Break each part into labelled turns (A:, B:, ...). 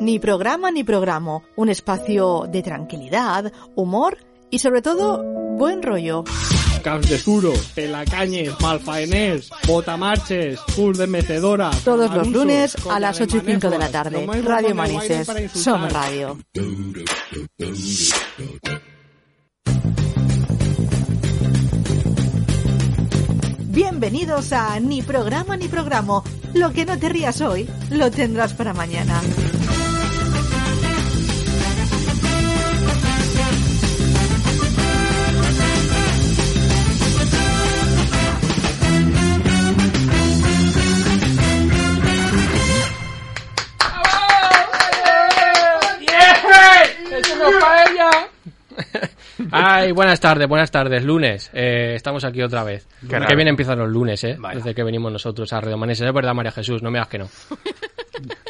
A: Ni programa ni programa, un espacio de tranquilidad, humor y sobre todo buen rollo.
B: Caos de Suro, Pelacañes, Malfaenés, Botamarches, Pus de Mecedora.
A: Todos los lunes a las 8 y 5 de la tarde. Radio Manises, Son Radio. Bienvenidos a Ni programa ni programa. Lo que no te rías hoy, lo tendrás para mañana.
C: Ay, buenas tardes, buenas tardes, lunes. Eh, estamos aquí otra vez.
D: Qué raro.
C: Que bien empiezan los lunes, ¿eh?
D: Vaya.
C: Desde que venimos nosotros a Redomaneses. Es verdad, María Jesús, no me das que no.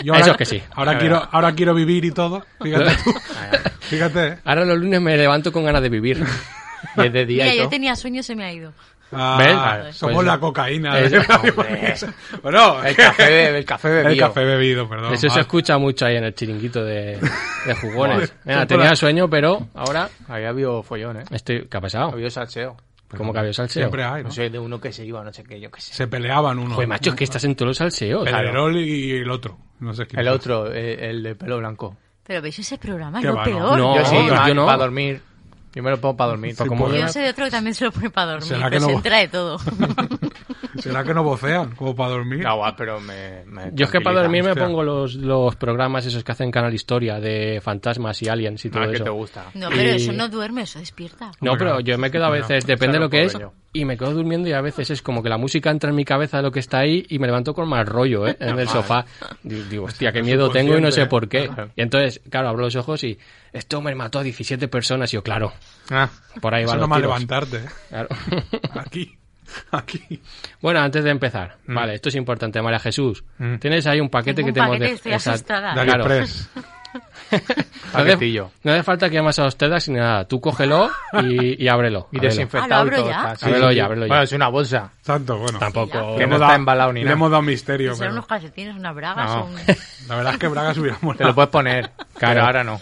D: Yo
C: Eso es que sí.
D: Ahora
C: Ya
D: quiero,
C: verás.
D: ahora quiero vivir y todo. Fíjate. Fíjate. ¿eh?
C: Ahora los lunes me levanto con ganas de vivir.
E: Y es de día
F: Mira,
E: y
F: yo
E: todo.
F: tenía sueño y se me ha ido.
D: Ah,
C: ¿Ves? Vale,
D: somos
C: pues-
D: la cocaína. de
C: Eso,
D: Radio
C: hombre.
D: Manises. bueno,
E: El café, be- el café bebido.
D: el café bebido, perdón. Ah,
C: Eso se
D: Vale.
C: escucha mucho ahí en el chiringuito de, de jugones.
D: Joder,
C: Mira,
D: tú
C: tenía
D: para-
C: sueño, pero ahora
E: Había habido follón, ¿eh?
C: estoy... ¿Qué ha pasado?
E: Había salseo.
C: ¿Cómo que había salseo?
D: Siempre hay, ¿no?
E: No sé, de uno que se iba, no sé qué, yo qué sé.
D: Se peleaban uno.
C: Joder, macho, es que estás en todos los salseos.
D: Pedrerol y el otro. No sé quién.
E: El otro, eh, el de pelo blanco.
F: Pero veis ese programa, es
D: Qué
F: lo
D: va, no.
F: peor.
C: No,
E: yo sí,
C: yo
E: para,
C: no.
E: para dormir. Yo me lo pongo para dormir.
D: Sí,
C: como-
D: pues,
F: Yo sé de otro que también se lo pone para dormir,
D: ¿Será que
F: pero
D: no
F: se
D: va?
F: entera de todo.
D: ¿Será que no vocean? Como para dormir.
E: No, guau, pero me, me
C: Yo es que para dormir me
E: tranquiliza.
D: hostia.
C: pongo los, los programas esos que hacen Canal Historia de fantasmas y aliens y todo
E: Ah, que
C: eso.
E: te gusta.
F: No,
C: Y-
F: pero eso no duerme, eso despierta.
C: No, pero
D: Claro.
C: yo me quedo a
D: Claro.
C: veces, depende de
E: Claro,
C: lo que es,
E: pobre yo.
C: y me quedo durmiendo y a veces es como que la música entra en mi cabeza de lo que está ahí y me levanto con mal rollo, ¿eh? En el sofá. Digo, digo,
D: Pues
C: hostia, qué miedo tengo y no sé
D: subconsciente,
C: por qué.
E: Claro.
C: Y entonces, claro, abro los ojos y esto me mató a 17 personas y yo, claro,
E: Ah,
C: por ahí
D: Eso
C: va
D: no más levantarte. ¿eh? Aquí. Aquí.
C: Bueno, antes de empezar, vale, esto es importante, María Jesús.
D: Mm.
C: Tienes ahí un paquete
F: Tengo
C: que
F: un
C: te hemos
F: paquete,
C: de-
F: estoy
C: Exacto.
F: asustada.
D: De
C: Claro.
D: AliExpress.
C: No hace,
E: Paquetillo.
C: no hace falta que llamas a los TEDx ni nada. Tú cógelo y, y ábrelo.
E: y
C: ábrelo.
F: Ah,
E: desinfectado
F: ¿lo
E: y todo.
F: abro ya?
E: está. Sí,
C: Ábrelo
E: sí,
C: ya,
E: sí.
C: ábrelo ya.
E: Bueno, es una bolsa.
D: Tanto, bueno.
C: Tampoco.
E: Que
D: Le
E: no
D: hemos
E: está
D: dado-
E: embalado ni
D: Le
E: nada.
D: hemos dado misterio.
F: Serán
D: pero
F: unos calcetines, unas bragas,
E: No.
F: un-
D: La verdad es que Bragas hubiera
E: Te lo
D: molado.
E: puedes poner. Claro, ahora no.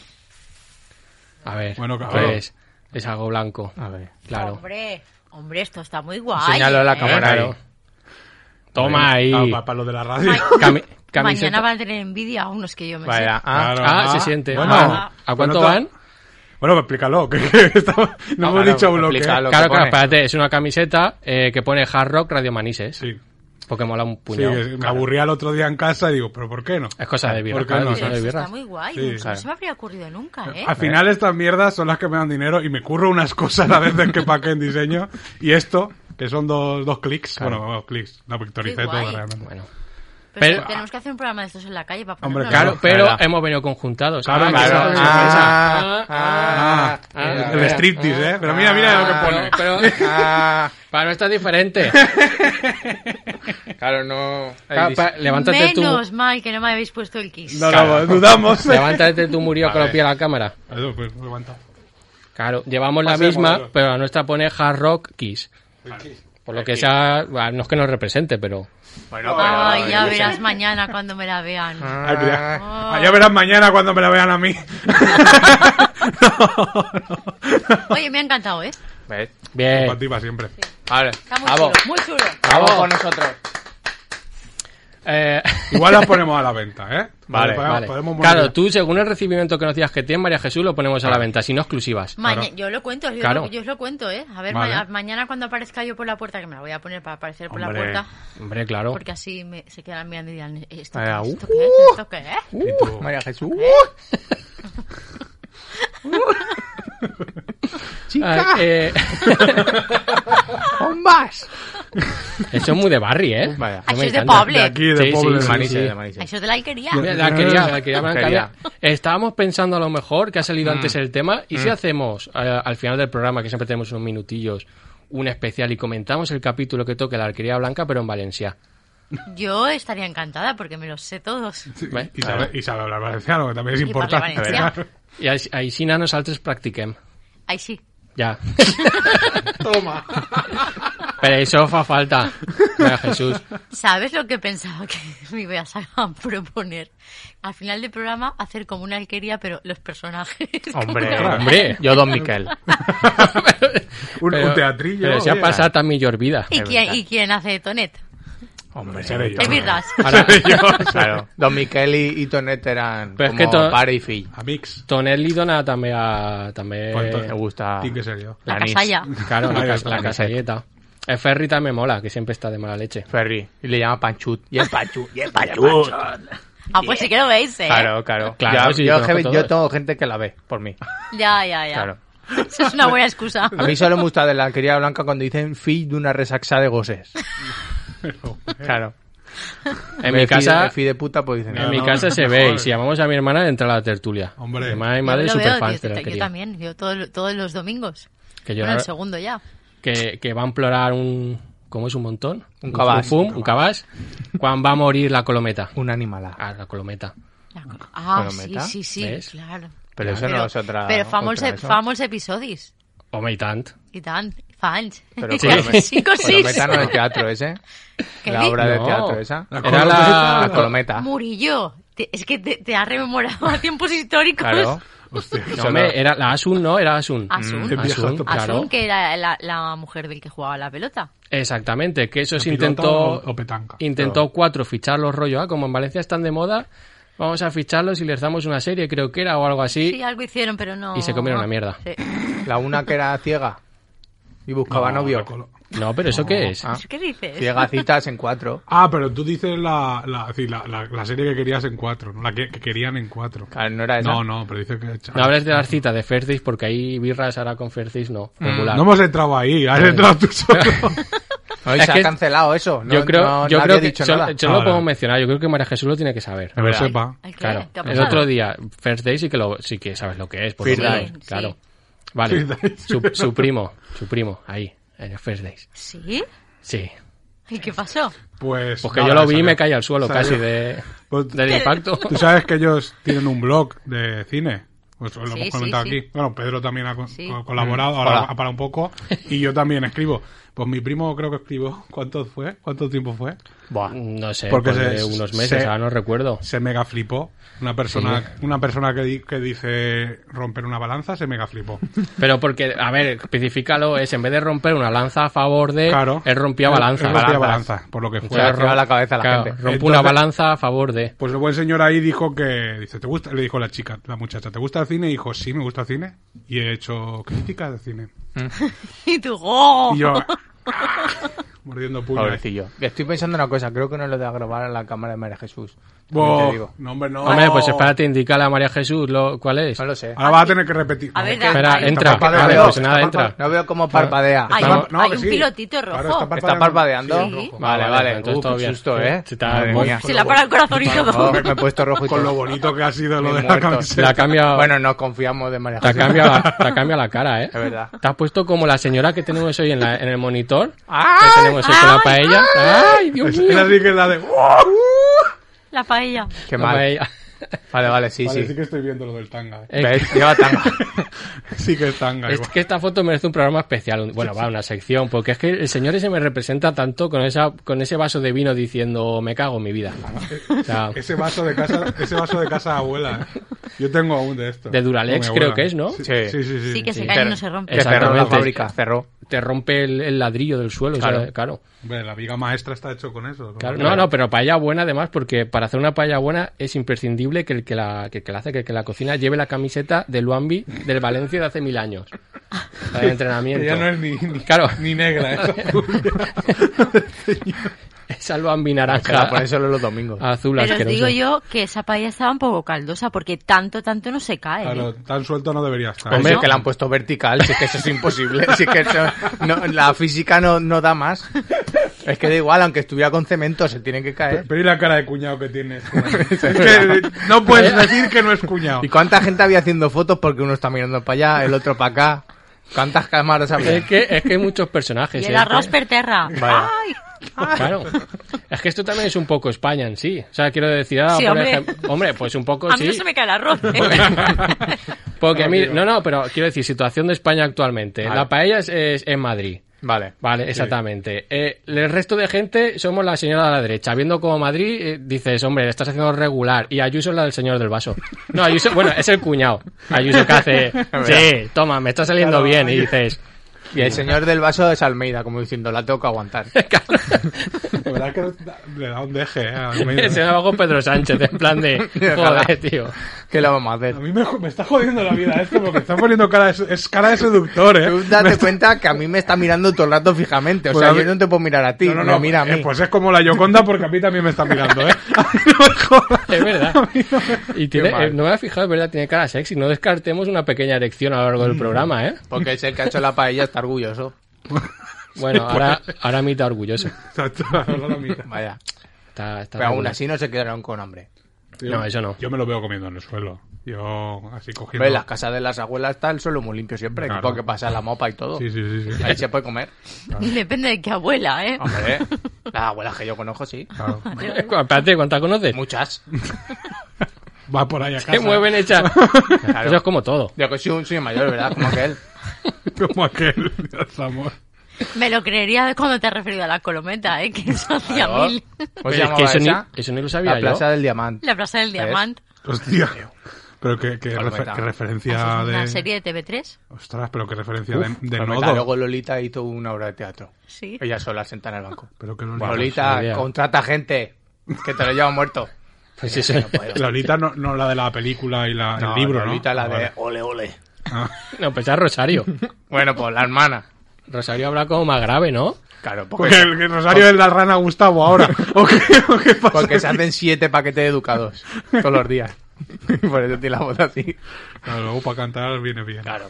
C: A ver,
D: Bueno, claro.
C: pues, es algo blanco.
E: A ver.
C: Claro.
F: Hombre, hombre, esto está muy guay.
E: Señalo a la
F: ¿eh?
E: cámara
C: Claro.
E: ahí.
C: Toma ahí.
D: para, lo de la radio.
C: Cami- camiseta.
F: Mañana pues, ¿eh? va a tener envidia a unos que yo me
E: Vaya,
F: sé.
E: ah,
D: Claro.
C: Ah,
D: Ah,
C: se siente.
D: bueno.
C: Ah, ¿A cuánto
D: Bueno,
C: van?
D: Bueno, pues explícalo. Que, que estaba- no, hemos
E: claro,
D: dicho lo que.
E: explícalo. lo
C: Claro,
E: que
C: claro,
E: pone.
C: espérate. Es una camiseta eh, que pone Hard Rock Radio Manises.
D: Sí.
C: Porque mola un
D: Sí,
C: puñado.
D: que me aburría el otro día en casa y digo, pero ¿por qué no?
C: Es cosa de birra.
D: ¿Por qué
C: claro,
D: no?
C: es cosa
F: Pero
C: de
F: esto
C: birra.
F: está muy guay,
D: Sí,
F: no sé,
D: claro. Ah,
F: no se me habría ocurrido nunca, ¿eh?
D: Al final estas mierdas son las que me dan dinero y me curro unas cosas a veces que pa' qué en diseño. Y esto, que son dos, dos clics,
C: Claro.
D: bueno, dos clics, la victoricé
F: Qué
D: todo
F: guay.
D: realmente.
C: Bueno.
F: Pero,
C: Pero-
F: tenemos que hacer un programa de estos en la calle para
D: Hombre,
F: ponerlo.
C: Claro,
D: Claro,
C: pero
E: claro.
C: hemos venido conjuntados.
D: Claro,
C: Ah, que
D: claro.
C: esa es la
E: Ah,
C: sorpresa.
D: Ah,
E: ah,
C: ah,
E: mira,
D: el
E: mira.
D: striptease, ¿eh? Pero mira, mira lo que
C: Ah,
D: pone.
C: pero-
E: Ah,
C: Para no está diferente.
E: claro, no.
C: Claro, pa- levántate tú.
F: Menos mal que no me habéis puesto el kiss.
D: No, no, dudamos.
C: Levántate tú, Murillo,
E: A
C: con los
E: ver.
C: pies a la cámara.
D: Eso, pues, levanta.
C: Claro, llevamos la
D: Pase de
C: misma,
D: modelo.
C: pero la nuestra pone Hard Rock Kiss. Por lo que sea, bueno, no es que nos represente, pero.
E: Bueno,
F: Ay, ya verás mañana cuando me la vean.
D: Ay, pero ya, ah, ya verás mañana cuando me la vean a mí.
F: Oye, me ha encantado, ¿eh?
E: ¿Ves?
C: Bien.
D: Para ti, pa' siempre.
E: Vale.
F: Está muy
E: Bravo.
F: chulo, muy chulo.
E: Bravo con nosotros.
C: Eh,
D: Igual las ponemos a la venta, ¿eh?
E: Vale,
D: podemos,
C: vale.
D: podemos Ah.
C: Claro,
D: monetizar.
C: tú, según el recibimiento que nos digas que tiene María Jesús, lo ponemos a la venta, si no exclusivas.
F: Maña- Yo lo cuento, yo,
C: Claro.
F: lo, yo os lo cuento, ¿eh? A ver,
D: Vale.
F: ma- mañana cuando aparezca yo por la puerta, que me la voy a poner para aparecer por
D: Hombre.
F: la puerta,
C: Hombre, claro. Eh,
F: porque así me, se quedan mirando y dirán, ¿eh? ¿esto
E: Vaya,
F: qué es?
E: uh.
F: ¿Esto qué es? ¿Esto qué es?
D: Y tú-
E: María Jesús.
C: Ah, eh,
E: ¡Bombas!
C: eso es muy de Barry, ¿eh?
E: Vaya.
C: Eso me
F: Eso es de
C: encanta.
F: Pablo.
D: De aquí, de
C: Sí, sí,
D: Poble.
C: sí,
E: Manises,
C: sí.
E: de Manises.
F: Eso es de la alquería.
C: Ah, Mira, La quería, la quería, Blanca,
E: Quería.
C: mira. Estábamos pensando a lo mejor que ha salido antes el tema y si hacemos eh, al final del programa, que siempre tenemos unos minutillos, un especial y comentamos el capítulo que toque la arquería blanca, pero en Valencia.
F: Yo estaría encantada porque me los sé todos.
C: ¿Ve?
D: Y sabe, y sabe hablar valenciano, que también es
F: Y parla
D: importante.
F: valenciano.
D: claro.
C: Y ahí- ahí sí no nos altres practiquem.
F: Ahí sí.
C: Ya.
D: Toma.
C: Pero eso fa falta. Mira, Jesús.
F: ¿Sabes lo que pensaba que me ibas a proponer? Al final del programa hacer como una alquería, pero los personajes.
E: Hombre,
F: como-
C: Hombre.
E: yo Don Miquel.
D: Un, un teatrillo.
C: Pero se ha
D: oye.
C: pasado también Yorvida.
F: ¿Y,
E: es
F: quién,
E: verdad.
F: ¿Y quién hace Tonet?
E: Hombre,
D: Seré yo.
F: Es verdad.
C: Ahora,
E: Claro, Don Miquel y, y Tonet eran
C: Pero es
E: como
C: que to-
E: padre y fill.
D: A Mix.
C: Tonelli dona también a... También...
D: Pues entonces-
E: Me gusta.
D: Tiene que ser yo.
F: La
E: Anís.
F: casalla.
C: Ah. Claro, la,
D: Ahí
C: cas
D: está,
C: la
D: ahí
C: casalleta. El Ferry también mola, que siempre está de mala leche.
E: Ferry. Y le llama Panchut. Y es Panchut. Y es Panchut.
F: Ah, pues sí que lo veis, ¿eh?
E: Claro, claro.
C: Claro,
E: yo,
C: sí,
E: yo,
C: conozco
E: jefe,
C: todo
E: yo
C: eso.
E: tengo gente que la ve por mí.
F: Ya, ya, ya.
E: Claro.
F: Eso es una buena excusa.
E: A mí solo me gusta de la querida blanca cuando dicen fill de una resaxa de goses. Claro.
C: En mi
E: Me fui de- me
C: casa...
E: fui de puta, pues dicen.
C: En mi
D: no,
C: casa se
D: mejor.
C: ve y si llamamos a mi hermana entra a la tertulia.
D: Hombre.
C: Mi madre, mi madre es
F: yo, lo veo,
C: superfan
F: yo,
C: de la
F: yo
C: alquería.
F: también, yo todo- todos los domingos.
C: Que yo
F: bueno, el
C: ahora-
F: segundo ya.
C: que, que va a implorar un... ¿Cómo es un montón?
E: Un cabàs.
C: fum, un cabas. Cuando va a morir la colometa.
E: Un animalá.
C: Ah, la colometa.
F: Ah,
E: Bueno,
F: sí,
E: meta,
F: sí, sí,
C: ¿ves?
F: claro.
E: Pero eso no es otra-
F: Pero famos,
E: otra eso.
F: famos episodis.
C: Home, i tant.
F: Y tan, fans.
E: Pero
F: Sí,
E: Colometa-
F: cinco, seis.
E: Colometa no es teatro ese.
F: ¿Qué
E: La
F: di-
E: obra de
C: No.
E: teatro esa.
D: La
C: Era la...
E: La colometa.
F: Murillo, te- es que te, te ha rememorado a tiempos históricos.
E: Claro.
D: Hostia.
C: No, hombre, era la Asun, ¿no? Era Asun.
F: Asun.
D: Qué viejazo.
C: Asun, claro.
F: Asun, que era la, la mujer del que jugaba la pelota.
C: Exactamente, que eso es
D: ¿Piloto
C: intentó...
D: o- o petanca?
C: Intentó cuatro fichar los rollos. Ah, como en Valencia están de moda, vamos a ficharlos y les damos una serie, creo que era, o algo así.
F: Sí, algo hicieron, pero no.
C: Y se comieron la mierda.
F: Sí.
E: La una que era ciega. Y buscaba
D: No,
E: novio.
D: la colo-
C: No, pero ¿eso qué es?
E: Ah.
F: ¿Qué dices?
E: Ciega citas en cuatro.
D: Ah, pero tú dices la, la, sí, la, la, la serie que querías en cuatro, ¿no? la que, que querían en cuatro.
E: Claro, no era esa.
D: No, no, pero dice que...
C: No hables de las citas de Fercis porque hay birras ahora con Fercis, no.
E: Mm.
C: Popular. Eh.
D: No hemos entrado ahí, has entrado tú solo.
E: Oye,
C: Es
E: se
C: que-
E: ha cancelado eso. No-
C: yo creo,
E: no-
C: yo
E: nadie
C: creo
E: ha
C: que
E: dicho
C: solo,
E: nada.
C: solo
D: Ah,
C: lo podemos
D: vale.
C: mencionar. Yo creo que María Jesús lo tiene que saber.
D: Que lo sepa.
F: Ay, ¿qué?
C: Claro.
F: ¿Qué ha
C: El
F: pasado?
C: otro día, First Day sí que lo, sí que sabes lo que es, por lo
E: First
C: menos,
F: Days,
C: Claro.
F: sí.
C: Vale.
D: First Days.
C: Su, su primo, su primo, ahí, en el First Days.
F: ¿Sí?
C: Sí.
F: ¿Y qué pasó?
D: Pues...
C: Porque
D: nada,
C: yo lo vi y
D: salió.
C: me caí al suelo
D: Salió.
C: casi de,
D: Pues-
C: del impacto.
D: Tú sabes que ellos tienen un blog de cine. Pues lo
F: Sí,
D: hemos
F: sí,
D: comentado
F: sí.
D: aquí. Bueno, Pedro también ha co-
F: Sí.
D: co- colaborado, ahora ha parado un poco. Y yo también escribo. Pues mi primo creo que escribo. ¿Cuánto fue? ¿Cuánto tiempo fue?
E: Buah.
C: No sé,
D: Porque
C: porque
D: se-
C: unos
D: se-
C: meses, ahora no recuerdo.
D: Se mega flipó. Una persona, una persona que, di- que dice romper una balanza, se mega flipó.
C: Pero porque, a ver, especificalo, es en vez de romper una lanza a favor de,
D: Claro.
C: Eh, él rompía
D: Él-
C: balanza.
D: él rompía
E: balanzas.
D: balanza, por lo que fue.
E: Se le ha robado la cabeza a la
C: Claro,
E: gente.
C: rompe una
D: Entonces-
C: balanza a favor de.
D: Pues el buen señor ahí dijo que, dice, ¿te gusta? Le dijo la chica, la muchacha, ¿te gusta el cine? Y dijo, sí, me gusta el cine. Y he hecho críticas de cine.
F: Y tú, ¡oh!
D: Y yo, mordiendo puño.
E: Pobrecillo. Estoy pensando una cosa. Creo que no lo de grabar en la cámara de María Jesús. También
D: Bo-
E: te digo.
D: No, hombre, no.
C: Hombre, pues espérate, indícale a María Jesús lo, cuál es.
E: No lo sé.
D: Ahora vas a tener que repetir.
F: A
D: No,
F: ver,
D: que-
C: Espera,
F: Ahí.
C: entra.
E: Está
C: Vale,
E: parpadeando.
C: Ah, pues nada,
D: Está
C: entra.
E: No veo cómo parpadea.
F: Ay,
E: Está,
F: no.
E: par-
F: Hay un pilotito rojo.
D: está
E: está parpadeando.
D: Sí.
E: Vale,
C: Vale,
E: vale.
C: entonces
E: Uh,
C: todo
E: qué
C: bien.
E: susto, ¿eh?
C: Se te ha-
E: Madre
C: voy-
E: mía.
F: Se le ha parado el corazón y todo.
E: Oh, me he puesto rojo y
D: Con lo
E: todo.
D: bonito que ha sido lo
E: Muy
D: de la
E: muerto.
D: camiseta.
C: Te ha cambiado,
E: Bueno, nos confiamos de María
C: te ha
E: Jesús.
C: cambiado la, te ha cambiado la cara, ¿eh?
E: Es verdad.
C: Te has puesto como la señora que tenemos hoy en, la- en el monitor.
E: ¡Ah!
C: Que tenemos hoy con la paella. ¡Ay, Dios
E: Pues
D: Es
C: mío!
D: así que es la de... ¡Oh!
F: La paella.
E: Qué
C: La
E: mal.
C: paella.
E: Vale, vale, sí,
D: Vale,
E: sí.
D: sí que estoy viendo lo del tanga. eh.
C: Eh,
E: ¿Ves? Lleva tanga.
D: Sí que es tanga.
C: Es
D: igual.
C: que esta foto merece un programa especial. un- Bueno, va, una sección. Porque es que el señor ese me representa tanto con, esa, con ese vaso de vino diciendo, me cago en mi vida. O sea,
D: Ese vaso de casa, ese vaso de casa de abuela. eh. Yo tengo aún de esto.
C: De Duralex,
D: Con mi
C: creo
D: abuela.
C: que es, ¿no?
D: Sí,
E: Sí.
D: sí, sí. sí.
F: Sí, que se
C: Sí.
F: cae y
E: Pero-
F: no se rompe.
E: Que cerró la
C: Exactamente.
E: fábrica, cerró.
C: te rompe el, el ladrillo del suelo. o sea,
E: Claro.
C: claro.
D: Hombre, la viga maestra está hecho con eso.
C: Claro,
D: Con-
C: no, no, pero paella buena además, porque para hacer una paella buena es imprescindible que el que la, que el que la hace, que el que la cocina, lleve la camiseta del Luambi del Valencia de hace mil años. La de entrenamiento.
D: Que ya no es ni, ni,
C: Claro.
D: ni negra. ¿eh? esa
C: Es al Luambi
E: Se la Ah,
C: naranja.
E: ponen solo los domingos.
C: Azul,
F: Pero os
C: asqueroso.
F: digo yo que esa paella estaba un poco caldosa porque tanto, tanto no se cae. ¿eh?
D: Claro, tan suelto no debería estar.
E: Hombre,
C: ¿no?
E: que la han puesto vertical, si es que eso es imposible, si es que eso- no, la física no, no da más. Es que da igual, aunque estuviera con cemento, se tiene que caer.
D: Pero y la cara de cuñado que tienes. es que no puedes decir que no es cuñado.
E: ¿Y cuánta gente había haciendo fotos? Porque uno está mirando para allá, el otro para acá. ¿Cuántas cámaras había?
C: Es que, es que hay muchos
F: Y
C: personajes.
F: el
C: ¿eh?
F: arroz per terra.
E: Vaya.
F: ¡Ay!
C: Claro. Es que esto también es un poco España en sí. O sea, quiero decir, ah,
F: Sí,
C: por
F: hombre.
C: ejem- hombre, pues un poco
F: A
C: sí.
F: mí no se me cae el arroz. ¿eh?
C: Porque, mire, no, no, pero quiero decir, situación de España actualmente. La paella es, es en Madrid.
E: Vale.
C: Vale, exactamente. Eh, el resto de gente somos la señora de la derecha. Viendo como Madrid, eh, dices, hombre, estás haciendo regular. Y Ayuso es la del señor del vaso. No, Ayuso, bueno, es el cuñado. Ayuso que hace, sí, toma, me está saliendo
D: Claro,
C: bien. Y
D: Ayuso.
C: dices,
E: Y el señor del vaso es Almeida, como diciendo, la tengo que aguantar.
D: La verdad es que da- le da un deje, ¿eh? A mí, me-
C: se llama con Pedro Sánchez, en plan de, joder, tío.
E: ¿Qué le vamos a hacer?
D: a mí me, me está jodiendo la vida esto porque está poniendo cara de, es cara de seductor, ¿eh?
E: Tú date cuenta que a mí me está mirando todo el rato fijamente. O
D: Pues a
E: sea,
D: mí-
E: yo no te puedo mirar a ti,
D: No, no,
E: me
D: no,
E: mira a
D: eh,
E: mí.
D: pues es como la Yoconda porque a mí también me está mirando, ¿eh? A mí no me jodas.
C: Es verdad. Y tiene,
E: mal.
C: eh, no me había fijado, es verdad, tiene cara sexy. No descartemos una pequeña erección a lo
D: Mm.
C: largo del programa, ¿eh?
E: Porque es el que ha hecho la paella, está orgulloso.
C: Bueno, ahora, ahora mitad orgulloso.
D: Exacto, ahora la mira.
E: Vaya.
C: Está, está
E: Pero aún
C: regular.
E: así no se quedaron con hambre.
C: No, eso no.
D: Yo me lo veo comiendo en el suelo. Yo así cogiendo.
E: Hombre, en las casas de las abuelas está el suelo muy limpio siempre,
D: Claro.
E: porque pasa la mopa y todo.
D: Sí, sí, sí, sí.
E: Ahí se puede comer.
F: Depende de qué abuela, ¿eh?
E: Hombre, las abuelas que yo conozco, sí.
D: Claro.
C: Cu- Espérate, ¿cuántas conoces?
E: Muchas.
D: Va por ahí a casa.
C: Se mueven hechas.
E: Claro.
C: Eso es como todo.
E: Yo que soy un soy mayor, ¿verdad? Como que él.
D: Como aquel de Zamora.
F: Me lo creería cuando te has referido a la colometa, ¿eh? Que eso hacía
E: Claro.
F: mil.
E: ¿Cómo se
C: Pero es que
E: llamaba
C: eso ni,
E: esa?
C: eso ni lo sabía
E: La plaza del diamante.
F: La plaza del
E: ¿Sabes?
F: diamante.
D: Hostia. Pero qué, qué
E: Palometa.
D: refer- qué
F: Eso
D: referencia
F: es una
D: de.
F: serie de TV3,
D: Ostras, pero qué referencia
E: Uf,
D: de, de
E: pero
D: nodo.
E: mira, Luego Lolita hizo una obra de teatro.
F: sí.
E: Ella sola sentada en el banco.
D: Pero que Lolita.
E: Lolita,
C: idea.
E: contrata gente que te lo lleva muerto.
C: yo. Pues eso-
E: No puedo.
D: Lolita no, no la de la película y la,
E: No,
D: el libro,
E: Lolita,
D: ¿no?
E: la
D: Ah,
E: de
D: vale.
E: ole, ole.
D: Ah,
C: No, pues ya Rosario.
E: Bueno, pues la hermana.
C: Rosario habla como más grave, ¿no?
E: Claro,
D: porque
E: porque,
D: pues, el, el Rosario es la rana Gustavo ahora. ¿O qué, o qué pasa?
E: porque se hacen siete paquetes de educados todos los días. Por eso tiene la voz así.
D: Claro, luego para cantar viene bien.
E: Claro.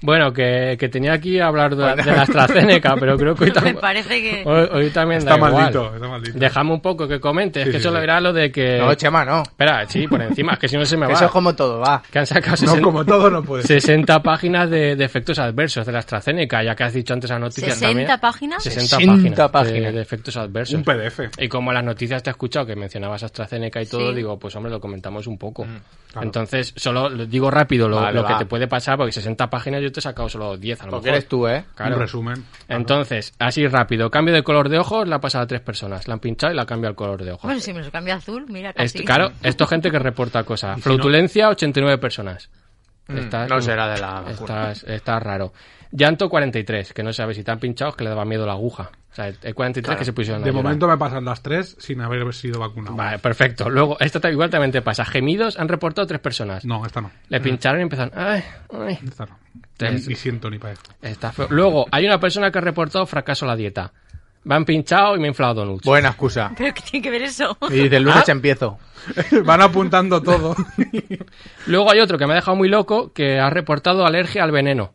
C: Bueno, que, que tenía aquí a hablar de, de la AstraZeneca, pero creo que hoy,
F: Me
C: tam-
F: parece que...
C: hoy, hoy también
D: Está
C: da
D: maldito,
C: igual.
D: está maldito.
C: Dejame un poco que comente. Es
D: Sí,
C: que
D: sí,
C: solo
D: sí.
C: era lo de que...
E: No, Chema, no.
C: Espera, sí, por encima, es que si no se me va.
E: Que Eh, eso es como todo, va.
C: Que han sacado
D: No,
C: 60,
D: como todo no puede.
C: 60 páginas de, de efectos adversos de la AstraZeneca, ya que has dicho antes la noticia
F: 60
C: también.
F: páginas.
C: 60,
E: 60
C: páginas,
E: páginas.
C: De, de efectos adversos.
D: Un PDF.
C: Y como en las noticias te he escuchado que mencionabas AstraZeneca y todo,
F: Sí.
C: digo, pues hombre, lo comentamos un poco. Entonces, solo lo- digo rápido lo,
E: Mm, Vale,
C: lo que
E: va.
C: te puede pasar, porque 60 páginas yo te he sacado solo 10 a lo
E: Porque
C: mejor.
E: eres tú, ¿eh?
C: Claro.
D: Un resumen.
C: Entonces, así rápido, cambio de color de ojos, la ha pasado a tres personas, la han pinchado y la ha cambiado el color de ojos.
F: Bueno, si me los cambia a azul, mira,
C: Esto-
F: casi.
C: claro, esto es gente que reporta cosas. Flautulencia, 89 personas. Está-
E: Mm, No será de la vacuna.
C: Está, está raro. Llanto 43, que no sabes si te han pinchado es que le daba miedo la aguja. O sea, el 43 que se pusieron a
D: De
C: llorar.
D: momento me pasan las tres sin haber sido vacunado.
C: Vale, perfecto. Luego, esto ta- igual también te pasa. Gemidos han reportado tres personas.
D: No, esta no.
C: Le pincharon y empezaron. Ay, ay.
D: Esta no.
C: Tres.
D: Ni, ni siento ni para
C: Está feo. Luego, hay una persona que ha reportado fracaso a la dieta. Me han pinchado y me he inflado donuts.
E: Buena excusa.
F: ¿Pero qué tiene que ver eso?
E: Y dice, el lunes empiezo.
D: Van apuntando todo.
C: Luego hay otro que me ha dejado muy loco que ha reportado alergia al veneno.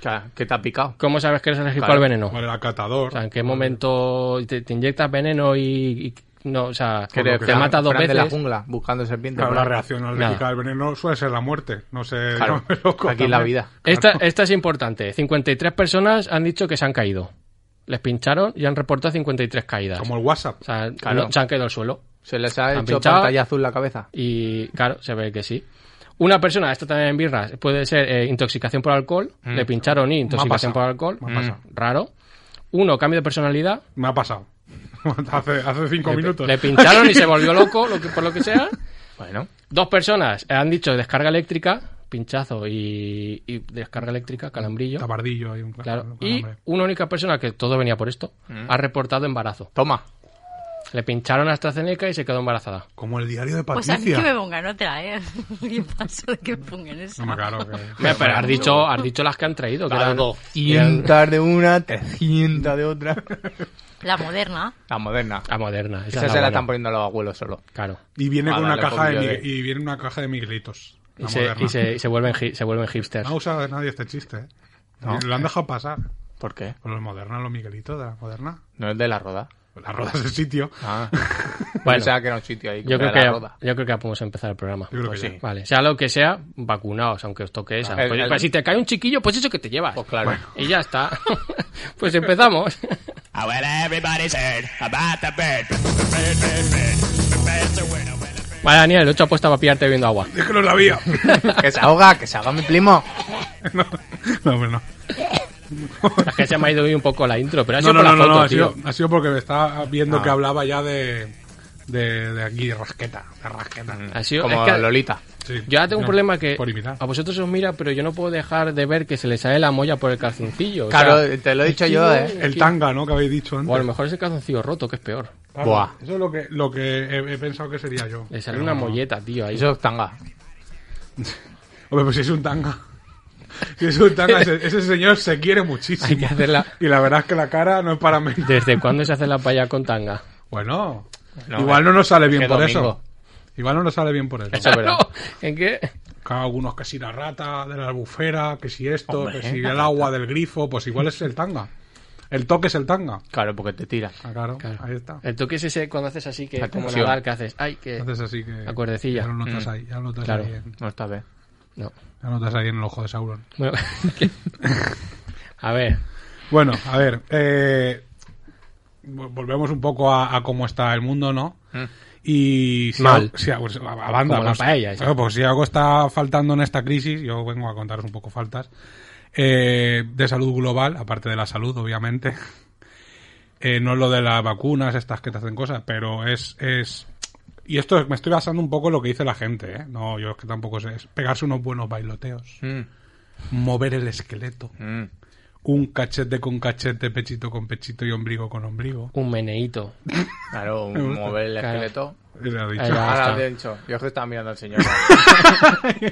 E: Claro, que te ha picado.
C: ¿Cómo sabes que eres alérgico
E: Claro.
C: al veneno?
D: Por el
C: O
D: acatador.
C: sea, ¿en qué momento te, te inyectas veneno y, y no, o sea,
E: Que
C: te,
E: Fran-
C: mata dos
E: Fran de la
C: veces?
E: jungla buscando serpientes.
D: Claro, la
E: Claro.
D: reacción alérgica
C: Nada.
D: al veneno suele ser la muerte. No sé,
E: Claro.
D: llámame loco
E: Aquí la
D: también.
E: vida.
C: Esta, esta es importante. 53 personas han dicho que se han caído. Les pincharon y han reportado 53 caídas.
D: Como el WhatsApp.
C: O sea,
E: Claro.
C: no- se han caído al suelo.
E: Se les ha
C: Han
E: hecho
C: pinchado.
E: pantalla azul la cabeza.
C: Y claro, se ve que sí. Una persona, esto también en birras, puede ser eh, intoxicación por alcohol. Le pincharon y intoxicación
D: pasado.
C: por alcohol. Mm,
D: Me ha pasado.
C: Raro. Uno, cambio de personalidad.
D: Me ha pasado. hace, hace cinco
C: Le,
D: minutos.
C: le pincharon y se volvió loco, lo que- por lo que sea.
E: Bueno.
C: Dos personas eh, han dicho descarga eléctrica, pinchazo y, y descarga
D: Mm,
C: eléctrica, calambrillo.
D: Tabardillo hay un
C: Claro.
D: un
C: Y
D: calambre.
C: una única persona, que todo venía por esto,
D: Mm.
C: ha reportado embarazo.
E: Toma.
C: Le pincharon a AstraZeneca y se quedó embarazada.
D: Como el diario de
F: Pues a mí
D: Patricia.
F: que me pongan otra, ¿eh? Y paso de que me pongan esa.
D: No me caro. que-
C: Hombre, Pero has dicho, has dicho las que han traído. Que eran-
E: Y de una, 300 de otra.
F: La moderna.
E: La moderna.
C: a moderna. Ah, Esa,
E: Esa
C: es
E: se la
C: buena.
E: están poniendo los abuelos solo.
C: Claro.
D: Y viene
E: Ah,
D: con una
E: dale,
D: caja de,
E: poquillo
D: Miguel-
E: de-
D: y viene una caja de Miguelitos.
C: Y
D: la
C: se,
D: moderna.
C: y se- y se vuelven, hi- se vuelven hipsters.
D: No ha usado nadie este chiste. ¿eh? Lo han dejado pasar.
E: ¿Por qué?
D: Por los modernos, los Miguelitos de la moderna.
E: No es de la roda.
D: Las rodas del sitio.
E: Ah.
C: Bueno.
E: bueno. Pensaba que era un sitio ahí.
C: yo, creo
E: era
C: que
E: la
C: ya,
E: roda.
C: yo creo que ya podemos empezar el programa.
D: Yo creo
E: Pues
D: que
E: sí.
D: ya.
C: Vale, sea lo que sea, vacunaos, aunque os toque esa.
E: Ah, El-
C: Pues-
E: el-
C: pues si te cae un chiquillo, pues eso que te llevas.
E: Pues claro.
C: Y ya está. pues empezamos.
G: I will everybody's heard about the bird. The bird, bird, bird. The bird's a winner, winner, bird.
C: Vale, Daniel, el 8 apuesta para pillarte bebiendo agua.
D: Es que no la había.
E: Que se ahoga, que se ahoga mi primo.
D: no, no, hombre, no.
C: Es que se me ha ido hoy un poco la intro, pero ha
D: No,
C: sido
D: no,
C: por
D: no,
C: la
D: no,
C: foto,
D: ha,
C: tío. Ah.
D: sido, ha sido porque me estaba viendo que hablaba ya de, de, de aquí, de rasqueta, de rasqueta.
C: Ha sido-
E: Como
C: es que-
E: Lolita.
D: Sí.
C: Mm. Yo ahora tengo un
D: No,
C: problema que Ah,
D: Por imitar.
C: a vosotros os mira, pero yo no puedo dejar de ver que se le sale la molla por el calzoncillo. o
E: Claro,
C: sea,
E: te lo he dicho
C: es que
E: yo,
C: no-
E: eh.
D: El tanga, ¿no? Que habéis dicho antes.
C: o a lo mejor es el calzoncillo roto, que es peor.
D: Claro,
E: Buah.
D: Eso es lo que, lo que he, he pensado que sería yo.
C: Le sale una molleta, tío, ahí.
E: Eso es tanga.
D: Hombre, pues si es un tanga. Si es un tanga, ese, ese señor se quiere muchísimo.
C: Hay que hacerla-
D: Y la verdad es que la cara no es para menos.
C: ¿Desde cuándo se hace la paya con tanga?
D: Bueno,
E: No,
D: igual no nos sale bien
E: que
D: por eso.
E: domingo.
D: Igual no nos sale bien por eso.
E: Eso es verdad.
C: ¿En qué?
D: Claro, algunos que si la rata de la albufera, que si esto,
E: Hombre,
D: que
E: ¿eh?
D: si el agua del grifo, pues igual es el tanga. El toque es el tanga.
E: Claro, porque te tiras.
D: Ah, claro,
C: Claro. Eh,
D: ahí está.
C: El toque es ese cuando haces así, que
E: La
C: como
E: tensión.
C: nadar, que haces. Ay, que.
D: Entonces así que...
C: La cuerdecilla.
D: Ya lo notas
E: Mm.
D: ahí, ya lo notas,
C: Claro.
D: ahí, en,
E: No está bien.
C: No.
D: ya lo notas ahí en el ojo de Sauron.
C: Bueno, ¿qué? A ver,
D: Bueno, a ver, eh, vol- volvemos un poco a, a cómo está el mundo, ¿no? Y si
C: Mal.
D: algo- si algo- pues, a- a banda,
C: Como la
D: pues,
C: paella esa.
D: claro, pues si algo está faltando en esta crisis, yo vengo a contaros un poco faltas eh, de salud global, aparte de la salud, obviamente. Eh, no es lo de las vacunas, estas que te hacen cosas, pero es, es y esto es- me estoy basando un poco en lo que dice la gente, ¿eh? No, yo es que tampoco sé, es pegarse unos buenos bailoteos,
C: Mm,
D: mover el esqueleto un cachete con cachete, pechito con pechito y ombligo con ombligo.
C: un meneíto.
E: Claro, mover el
C: Claro.
E: esqueleto.
D: Y le ha dicho,
C: Ahí va.
E: Ahora
C: está.
E: te he dicho. Yo es que estaba mirando al señor.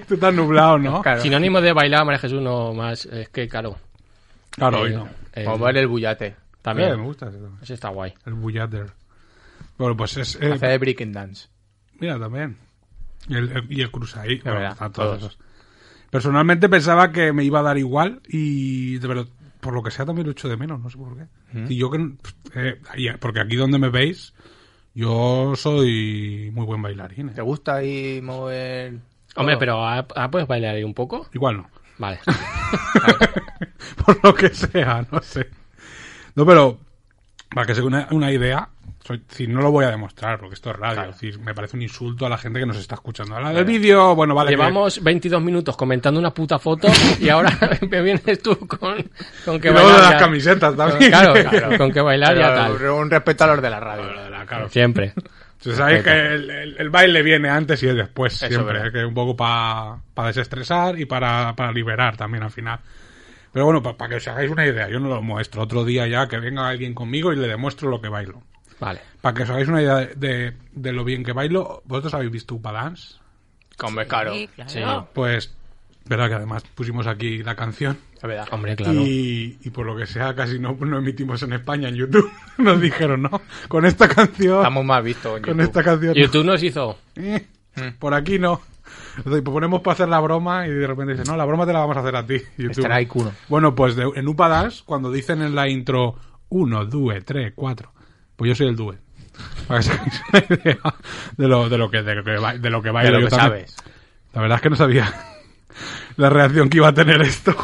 D: Tú estás nublado, ¿no?
E: Claro.
C: Sinónimo de bailar, María Jesús, no más. Es que, claro.
D: Claro,
C: eh,
D: hoy no.
C: eh,
E: Mover el bullate.
D: Eh, me
C: también.
D: gusta ese tema.
C: Eso está guay.
D: El bullader. Bueno, pues es... eh,
E: Hacer el breaking dance.
D: mira, también. Y el, el- y el cruzahí. Bueno,
E: verdad,
D: están todos
E: todos.
D: esos. Personalmente pensaba que me iba a dar igual y... de verdad, por lo que sea también lo echo de menos, no sé por qué. Y yo que... n- eh, ahí- porque aquí donde me veis, yo soy muy buen bailarín. ¿eh?
E: ¿Te gusta ahí mover...?
C: Hombre,
E: todo?
C: pero ah, ah, ¿puedes bailar ahí un poco?
D: Igual no.
C: Vale.
D: por lo que sea, no sé. No, pero para que se una, una idea, soy, es decir, no lo voy a demostrar porque esto es radio. es decir, me parece un insulto a la gente que nos está escuchando. Ahora del vídeo, bueno, vale. que-
C: Llevamos 22 minutos comentando una puta foto y ahora me vienes tú con, con que
D: y luego
C: bailar.
D: de las
C: ya-
D: camisetas también.
C: Claro, claro, con que bailar ya
E: Pero
C: tal.
E: Un respeto a los de la radio.
D: Lo de la- Ah, claro.
C: Siempre.
D: Entonces, sabéis que el, el- el baile viene antes y es después,
E: Eso es
D: siempre.
E: verdad.
D: Es que un poco para desestresar y para, para liberar también al final. Pero bueno, para que os hagáis una idea, yo no lo muestro. Otro día ya que venga alguien conmigo y le demuestro lo que bailo.
C: Vale.
D: Para que os hagáis una idea de, de- de lo bien que bailo, vosotros habéis visto Upa Dance.
E: Como es caro.
F: Sí,
C: Sí.
F: claro.
D: Pues, verdad que además pusimos aquí la canción.
E: Es verdad.
C: Hombre, claro.
D: Y, y por lo que sea, casi no, no emitimos en España en YouTube. Nos dijeron, no, con esta canción.
E: Estamos más vistos en
D: con
E: YouTube.
D: esta canción.
C: YouTube nos hizo.
D: eh,
E: Mm.
D: por aquí no. Entonces, pues ponemos para hacer la broma y de repente dicen, no, la broma te la vamos a hacer a ti. YouTube.
E: Strike uno.
D: Bueno, pues de- en Upa Dance, cuando dicen en la intro 1, 2, 3, 4, pues yo soy el due. Para que se hagáis una idea de lo, de lo que, de lo que, ba- de lo que
E: De
D: bailo
E: lo
D: yo
E: que
D: también.
E: sabes.
D: La verdad es que no sabía la reacción que iba a tener esto.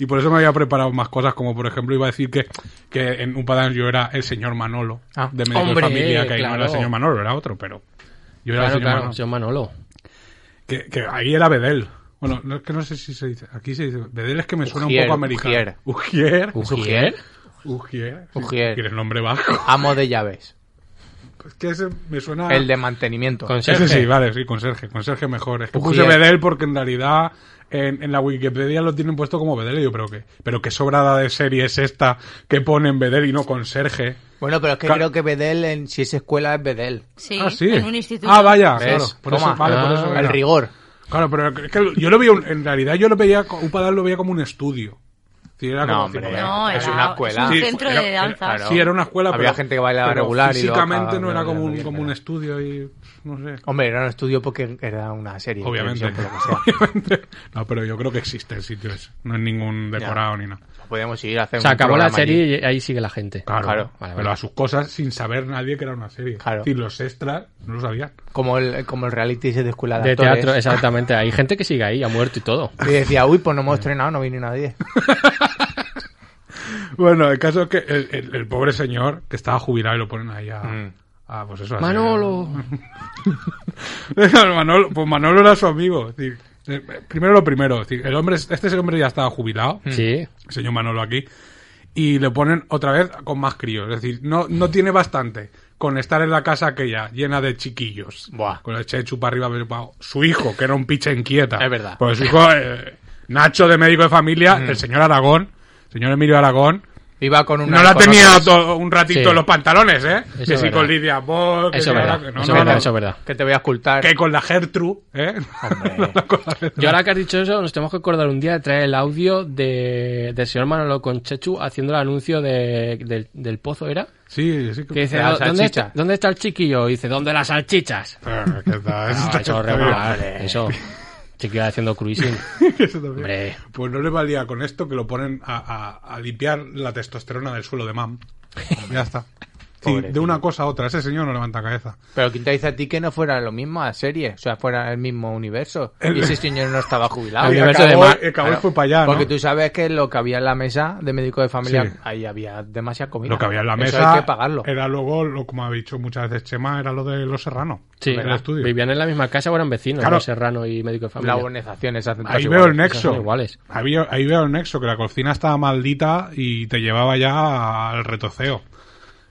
D: Y por eso me había preparado más cosas, como por ejemplo iba a decir que, que en un padán yo era el señor Manolo
E: Ah,
D: de Médico
C: hombre,
D: de Familia, que ahí no
C: claro.
D: era el señor Manolo, era otro, pero yo era
C: Claro,
D: el señor
C: claro,
D: Manolo.
C: señor Manolo.
D: Que, que ahí era Bedel. Bueno, no, es que no sé si se dice, aquí se dice, Bedel es que me suena
E: Ujier,
D: un poco americano.
E: Ujier.
D: Ujier.
C: ¿Ujier?
D: Ujier.
E: Ujier.
D: Tiene nombre bajo.
E: Amo de llaves.
D: Es que ese me suena...
E: El de mantenimiento.
C: Conserje.
D: Ese sí, vale, sí, conserje, conserje mejor. Es que
E: Ujier.
D: puse Bedel porque en realidad en, en la Wikipedia lo tienen puesto como Bedel. Y yo, pero que pero qué sobrada de serie es esta que ponen Bedel y no conserje.
E: Bueno, pero es que
D: Ca-
E: creo que Bedel, en, si es escuela, es Bedel.
F: Sí,
D: ah, sí.
F: en un instituto.
D: Ah, vaya,
E: ¿Ves?
D: claro. Por
E: Toma.
D: eso, vale, por
C: Ah,
D: eso
E: El
D: era.
E: rigor.
D: Claro, pero es que yo lo veía, un- en realidad yo lo veía, co- Upadal lo veía como un estudio. Sí, era como-
E: No, hombre.
F: No,
E: es
F: era-
E: una escuela.
F: es un
D: Sí,
F: centro
D: era-
F: de danza.
E: claro.
D: Sí, era una escuela,
E: Había
D: pero-
E: gente que bailaba
D: pero
E: regular y luego
D: Físicamente
E: acababa
D: no era como, un,
E: bailando
D: como
E: bien,
D: un
E: pero-
D: estudio y no sé.
E: Hombre, era un estudio porque era una serie. de
D: Obviamente.
E: televisión, por lo que sea.
D: Obviamente. No, pero yo creo que existe el sitio ese. No es ningún decorado ni nada.
E: Podíamos ir a hacer
C: O sea,
E: un
C: acabó la
E: programa allí.
C: serie y ahí sigue la gente.
D: Claro,
E: Claro.
C: Vale,
D: pero
C: vale.
D: a sus cosas sin saber nadie que era una serie.
E: Claro.
D: Es decir, los extras no lo sabían.
E: Como el, como el reality de escuela de,
C: De
E: actores.
C: teatro, exactamente. Hay gente que sigue ahí, ha muerto y todo.
E: Y decía, uy, pues no hemos estrenado, no viene nadie.
D: Bueno, el caso es que el, el- el pobre señor que estaba jubilado y lo ponen ahí a.
E: Mm.
D: a, pues eso, a-
C: Manolo.
D: Manolo. Pues Manolo era su amigo. es decir, eh, primero lo primero, es decir, el hombre, es- este hombre ya estaba jubilado,
C: Sí.
D: el señor Manolo aquí, y le ponen otra vez con más críos. Es decir, no, no tiene bastante con estar en la casa aquella llena de chiquillos.
E: Buah.
D: Con el Chechu para arriba, para abajo. su hijo, que era un picha inquieta.
E: Es verdad.
D: Pues su hijo, eh, Nacho de médico de familia,
C: Mm.
D: el señor Aragón, señor Emilio Aragón.
E: Iba con una.
D: No la
E: con
D: tenía
E: otras-
D: to- un ratito
C: Sí.
D: en los pantalones, ¿eh?
C: Eso
D: que
C: es
D: si
C: verdad.
D: con Lidia Bohr, que
C: Eso
D: si
C: es verdad.
D: ahora- no,
C: Eso
D: no,
C: es verdad,
D: no.
C: eso es verdad.
E: Que te voy a ocultar.
D: Que con la Gertrude, ¿eh? No, con la Gertrude.
C: Y ahora que has dicho eso, nos tenemos que acordar un día de traer el audio de, del señor Manolo Conchechu haciendo el anuncio de, del, del pozo, ¿era?
D: Sí, sí.
C: Que dice,
E: La
C: ¿dónde
E: salchicha.
C: está, ¿dónde está el chiquillo? Y dice, ¿dónde las salchichas?
D: Ah, ¿qué tal?
C: Ah,
D: Está-
C: eso
D: está bien.
C: regular, eso. eh. Chiquillo haciendo cruising.
D: Eso también.
C: Hombre.
D: Pues no le valía con esto que lo ponen a, a- a limpiar la testosterona del suelo de mam. Ya está. Sí, de una cosa a otra. Ese señor no levanta cabeza.
E: Pero ¿quién te dice a ti que no fuera lo mismo a serie? O sea, fuera el mismo universo.
D: El-
E: Y ese señor no estaba jubilado.
C: El
D: Y
C: universo de
D: acabó-
C: Mam.
D: acabó y
E: Claro,
D: fue para allá, ¿no?
E: Porque tú sabes que lo que había en la mesa de médico de familia,
D: Sí.
E: ahí había demasiada comida.
D: Lo que había en la
E: Eso
D: mesa
E: hay que pagarlo.
D: era luego, lo, como ha dicho muchas veces Chema, era lo de los serranos.
C: Sí,
D: el estudio.
C: vivían en la misma casa o eran vecinos,
D: Claro.
C: ¿no? Serrano y médico de
E: La
C: familia.
E: urbanización esa
D: Ahí veo el nexo.
C: son iguales.
D: Ahí veo- ahí veo el nexo, que la cocina estaba maldita y te llevaba ya al retoceo.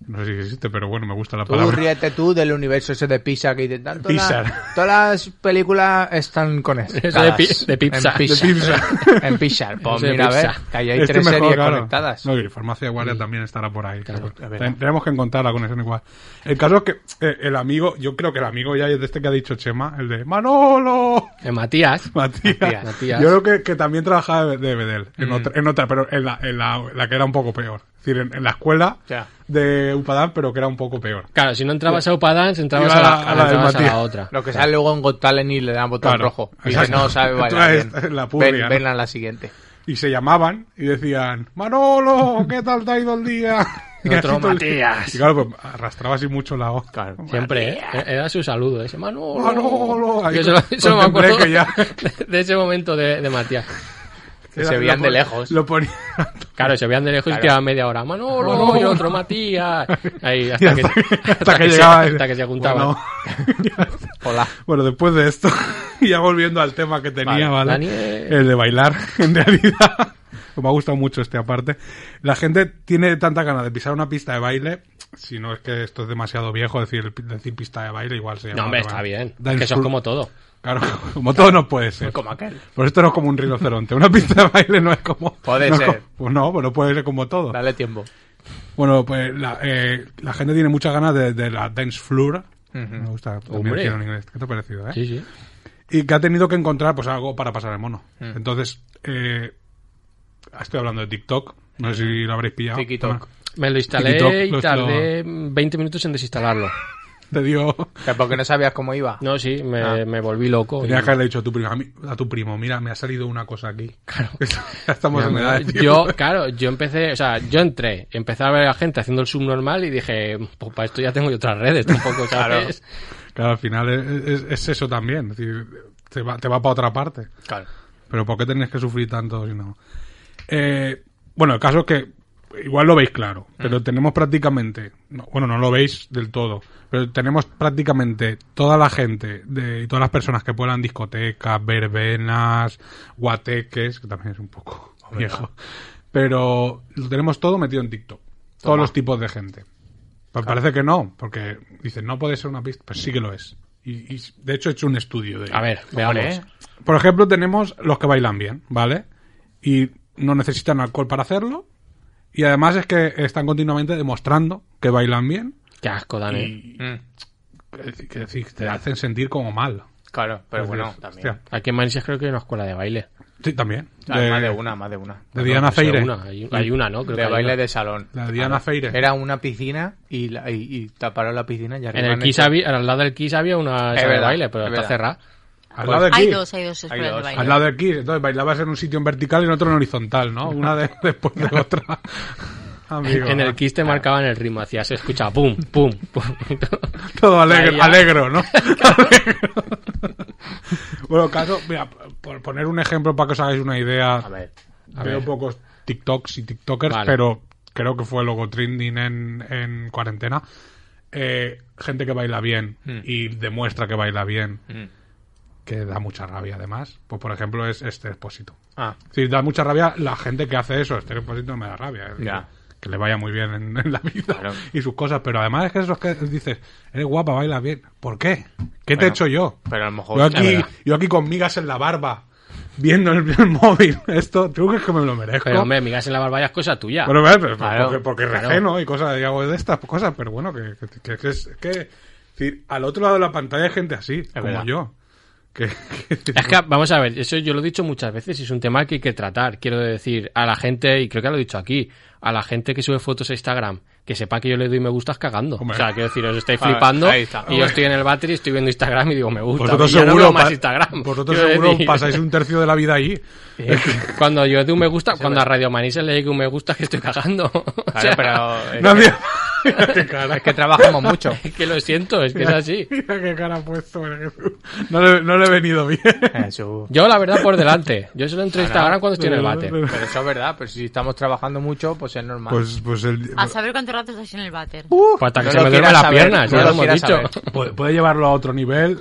D: No sé si existe, pero bueno, me gusta la
E: Tú
D: palabra.
E: ríete tú del universo ese de Pisa que dicen tanto. la-
D: Pixar.
E: todas las películas están con eso.
C: Eso de pi- de Pixar.
E: En Pixar.
D: De Pixar.
E: En Pixar. Pues
C: Eso de
E: mira, a ver,
C: Pixar.
E: que ahí hay
D: Este
E: tres
D: mejor,
E: series
D: claro.
E: conectadas. Mm.
D: No, y Farmacia Guardia también estará por ahí. seguro.
E: es verdad.
D: Ten- tenemos que encontrar la conexión igual. El caso es que eh, el amigo, yo creo que el amigo ya es de este que ha dicho Chema, el de Manolo.
C: Eh, Matías.
D: Matías.
E: Matías. Mm.
C: Matías.
D: Yo creo que, que también trabajaba de, de Bedel, en, otra, en otra, pero en la, en la, la que era un poco peor. Es decir, en, en la escuela
E: Ya.
D: de Upadán, pero que era un poco peor.
C: Claro, si no entrabas a Upadance, entrabas
D: Iba
C: a la,
D: a la- a la de
C: entrabas a la
D: Matías.
C: otra.
E: Lo que sale luego en Got Talent y le dan botón
D: Claro.
E: rojo. Y dice,
D: Exacto.
E: no sabe bailar.
D: Entonces,
E: bien.
D: la purria,
E: ven,
D: ¿no?
E: ven a la siguiente.
D: Y se llamaban y decían, Manolo, ¿qué tal te ha ido el día? Y
C: Otro
D: así todo el-
C: Matías.
D: Y claro, pues arrastraba así mucho la voz. Claro.
C: Siempre, ¿eh? Era su saludo, ese Manolo.
D: Manolo, ahí
C: Yo solo,
D: con-
C: solo me
D: contemplé
C: acuerdo
D: que ya-
C: de, de ese momento de, de Matías.
E: Que se veían
D: Lo
E: de
D: pon-
E: lejos.
D: Lo ponía.
C: Claro, se veían de lejos y quedaba media hora. Manolo, y otro Matías. Ahí,
D: y
C: hasta, que,
D: hasta
C: hasta
D: que
C: que se-
D: llegaba.
C: hasta que se juntaban.
D: Bueno,
E: Hola.
D: bueno, después de esto, ya volviendo al tema que
C: Vale, eh.
D: tenía, ¿vale?
C: Daniel.
D: El de bailar, en realidad. Me ha gustado mucho este aparte. La gente tiene tanta ganas de pisar una pista de baile. Si no es que esto es demasiado viejo, decir, decir pista de baile igual se llama.
C: No, hombre,
D: otra
C: está
D: manera.
C: bien. Es
D: Dance
C: que eso es
D: floor.
C: como todo.
D: Claro, como todo no puede ser.
E: Como aquel.
D: Por esto no es como un rinoceronte. Una pista de baile no es como.
E: Puede
D: no es
E: ser.
D: como- pues no, pues no puede ser como todo.
E: Dale tiempo.
D: Bueno, pues la, eh, la gente tiene muchas ganas de, de la dance floor. Me gusta. también
C: Hombre.
D: tiene un inglés. ¿Qué te ha parecido, eh?
C: Sí, sí.
D: Y que ha tenido que encontrar pues algo para pasar el mono. Entonces, eh, estoy hablando de TikTok. No sé si lo habréis pillado.
E: Tiki-tok.
C: Me lo
D: TikTok,
C: instalé
D: lo-
C: y tardé 20 minutos en desinstalarlo.
D: Te dio.
E: Que Porque no sabías cómo iba.
C: No, sí, me,
E: Ah.
C: me volví loco. y-
D: Tenías que haberle dicho a tu, primo, a mi- a tu primo, mira, me ha salido una cosa aquí. Claro. ya estamos en edad. de-
C: Yo, claro, yo empecé, o sea, yo entré, empecé a ver a gente haciendo el subnormal y dije, pues para esto ya tengo yo otras redes, tampoco, ¿sabes?
D: Claro, al final es, es- es eso también. Es decir, te va, te va para otra parte.
E: Claro.
D: Pero ¿por qué tenéis que sufrir tanto si no? Eh, bueno, el caso es que igual lo veis claro,
C: Mm.
D: pero tenemos prácticamente, no, bueno, no lo veis del todo, pero tenemos prácticamente toda la gente de y todas las personas que puedan discotecas, verbenas, guateques, que también es un poco viejo, pero lo tenemos todo metido en TikTok. Todos los tipos de gente. Pues parece que no, porque dicen, no puede ser una pista, pues sí que lo es. Y, y, de hecho he hecho un estudio de ello.
C: A ver, veamos.
E: Hombre, ¿eh?
D: Por ejemplo, tenemos los que bailan bien, ¿vale? Y no necesitan alcohol para hacerlo. Y además es que están continuamente demostrando que bailan bien.
C: Qué asco, Dani.
D: Y
E: Mm,
D: que, que decir, te hacen sentir como mal.
E: Claro, pero
D: Es
E: bueno,
D: decir,
E: también.
D: hostia,
C: Pues, Aquí en Manises creo que hay una escuela de baile.
D: sí, también.
E: Ah,
D: de,
E: más de una, más de una.
D: de Diana
C: No sé,
D: Feire.
C: una, pues hay, hay una, ¿no? Creo que
E: de
C: hay
E: baile
C: una.
E: de salón.
D: La Diana Feire.
E: Era una piscina y, la- y, y taparon la piscina y
C: En
E: arriba
C: el
E: han
C: Kiss
E: hecho-
C: había- al lado del Kiss había una
E: Es
C: sala de
E: verdad,
C: baile, pero
E: es
C: está
E: verdad.
C: cerrada.
D: Al lado de
F: Hay
D: Kiss.
F: dos, hay dos escuelas
E: dos.
F: de baile.
D: Al lado de Kiss. Entonces bailabas en un sitio en vertical y en otro en horizontal, ¿no? Una de- después de otra. Amigo,
C: En el Kiss te marcaban el ritmo, hacías, escucha, pum, pum, pum.
D: Todo alegre,
C: Vaya.
D: alegro, ¿no? Alegro. bueno, caso, mira, por poner un ejemplo para que os hagáis una idea,
E: A ver.
D: veo pocos TikToks y TikTokers,
C: Vale.
D: pero creo que fue luego trending en, en cuarentena.
E: Hmm.
D: Eh, gente que baila bien y demuestra que baila bien. que da mucha rabia además. Pues por ejemplo es este expósito.
E: Ah,
D: Sí, da mucha rabia la gente que hace eso. Este expósito me da rabia. Es decir,
E: Ya.
D: Que le vaya muy bien en, en la vida
E: Claro.
D: y sus cosas. Pero además es que esos que dices, eres guapa, bailas bien. ¿Por qué? ¿Qué te he
E: Bueno,
D: hecho yo?
E: pero a lo mejor-
D: Yo aquí,
E: Es verdad.
D: yo aquí con migas en la barba, viendo el, el móvil. Esto, ¿tú crees que me lo merezco?
C: Pero hombre, migas en la barba ya es cosa tuya.
D: Bueno, vale, pero-
E: Claro,
D: porque, porque
C: claro.
D: regeno y cosas, digamos, de estas cosas, pero bueno, que, que, que- que es que es decir, al otro lado de la pantalla hay gente así, como
E: verdad.
D: yo. Que, que-
C: Es que, vamos a ver, eso yo lo he dicho muchas veces y es un tema que hay que tratar. Quiero decir, a la gente, y creo que lo he dicho aquí, a la gente que sube fotos a Instagram, que sepa que yo le doy me gustas cagando.
D: Hombre.
C: O sea, quiero decir, os estáis
E: A ver,
C: flipando
E: ahí está.
C: y yo estoy en el battery, estoy viendo Instagram y digo, me gusta.
D: vosotros
C: y ya no
D: seguro,
C: veo más
D: pa-
C: Instagram.
D: vosotros
C: Quiero
D: seguro
C: decir,
D: pasáis un tercio de la vida allí.
C: eh, cuando yo doy un me gusta, cuando a Radio Manises le llegue un me gusta, que estoy cagando. O
E: Claro,
C: sea,
E: pero es,
D: No
E: que,
D: había-
E: es que trabajamos mucho. Eh,
C: es que lo siento, es que es así.
D: Mira qué cara ha puesto. mira que- No le, no le he venido bien.
E: Jesús.
C: Yo, la verdad, por delante. Yo solo entro a Instagram cuando estoy en el bate.
E: Pero eso es verdad, pero si estamos trabajando mucho, pues es normal. Uh,
D: Pues, pues el-
C: Ah,
F: A saber cuánto rato estás en el váter.
C: Pues Hasta que
E: no
C: se
E: lo
C: me duermen
E: quieras
C: las
E: saber,
C: piernas, ya
E: no lo
C: lo hemos
E: quieras
C: dicho.
E: saber.
D: puede, puede llevarlo a otro nivel